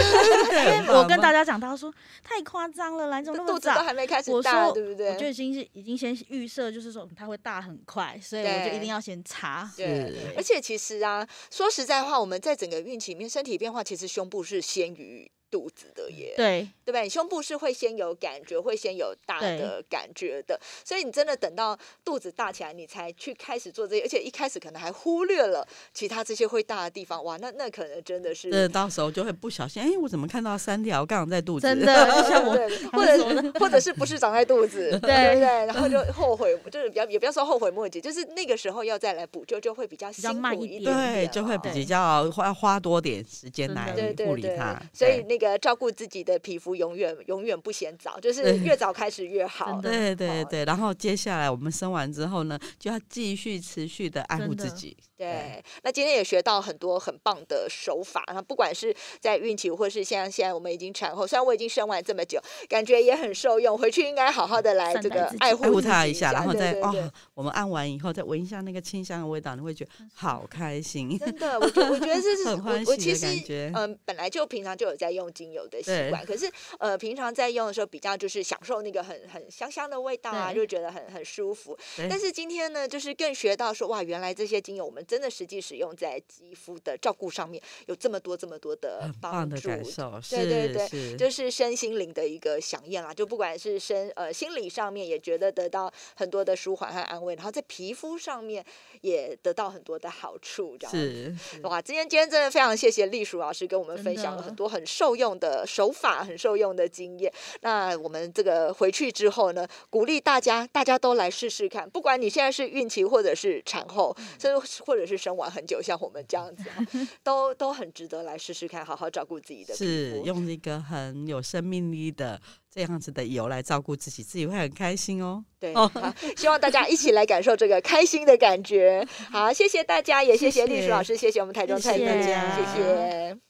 C: 对
D: 为我跟大
C: 家
D: 家讲，他说太夸张了，来怎么那
B: 肚
D: 么
B: 子都
D: 早？
B: 还没开始
D: 我
B: 大，
D: 说
B: 对不
D: 我就
B: 对？
D: 已经是已经先预设，就是说嗯它会大很快，所以我就
B: 对
D: 一定要先查。
B: 对，而且其实啊，说实在话，我们在整个孕期里面，身体变化其实胸部是先于肚子的耶。
D: 对，
B: 对吧？你胸部是会先有感觉，会先有大
D: 对
B: 的感觉的，所以你真的等到肚子大起来，你才去开始做这些，而且一开始可能还忽略了其他这些会大的地方，哇，那那可能真的是
C: 这到时候就会不小心，哎，我怎么看到三条杠在肚子？ (laughs)
D: 真的
B: 对
D: 就像我。
B: 呃对或者或者是不是长在肚
D: (laughs)
B: 子，对不对？然后就后悔，就是比较也不要说后悔莫及，就是那个时候要再来补救，就会比较
D: 较
B: 辛
D: 慢
B: 苦
D: 一
B: 一
D: 点
B: 点啊
C: 对，就会比较花花多点时间
D: 真的
C: 来
B: 对
C: 护
B: 对
C: 理
B: 对
C: 它，，
B: 所以
C: 对
B: 那个照顾自己的皮肤永远永远不嫌早，就是
C: 对
B: 越早开始越好
D: 真。的
C: 对对
B: 好
C: 对，然后接下来我们生完之后呢，就要继续持续的爱护
D: 真的
C: 自己。
B: 对，那今天也学到很多很棒的手法，那不管是在孕期，或是像现在我们已经产后，虽然我已经生完这么久，感觉也很受用，回去应该好好的来
D: 善
B: 这
D: 待
B: 个
D: 自己
B: 爱
C: 爱
B: 护
C: 护
B: 自
C: 它
B: 己
C: 一下，然后
B: 对
C: 再哦
B: 对
C: 哇、
B: 对
C: 我们按完以后再闻一下那个清香的味道，你会觉得好开心。
B: 真的，我觉得我觉得这是
C: (laughs) 很
B: 我
C: 欢
B: 我
C: 喜
B: 其
C: 的
B: 实
C: 感觉
B: 嗯、本来就平常就有在用精油的习
C: 对
B: 惯，可是呃平常在用的时候比较就是享受那个很很香香的味道啊，
D: 对
B: 就觉得很很舒服。
C: 对
B: 但是今天呢，就是更学到说哇，原来这些精油我们真的实际使用在肌肤的照顾上面有这么多这么多的
C: 很棒的
B: 助。
C: 感受，是
B: 对对对
C: 是，
B: 就是身心灵的一个响应啊啦，就不管是身呃心理上面也觉得得到很多的舒缓和安慰，然后在皮肤上面也得到很多的好处，这样子
C: 是
B: 哇，今天今天真的非常谢谢丽淑老师跟我们
D: 真
B: 分享了很
D: 的
B: 多很受用的手法，很受用的经验。那我们这个回去之后呢，鼓励大家，大家都来试试看，不管你现在是孕期或者是产后，
C: 嗯
B: 甚至或者是生完很久，像我们这样子
C: (laughs)
B: 哈，都都很值得来试试看，好好照顾自己的皮
C: 是
B: 肤。
C: 用一个很有生命力的这样子的油来照顾自己，自己会很开心哦。
B: 对，
C: 哦
B: 好，希望大家一起来感受这个开心的感觉。好，谢谢大家，也谢
C: 谢
B: 谢丽淑老
C: 谢
B: 师，谢谢我们台中
C: 谢啊
B: 蔡
C: 谢
B: 医生
D: 大家
B: 谢谢。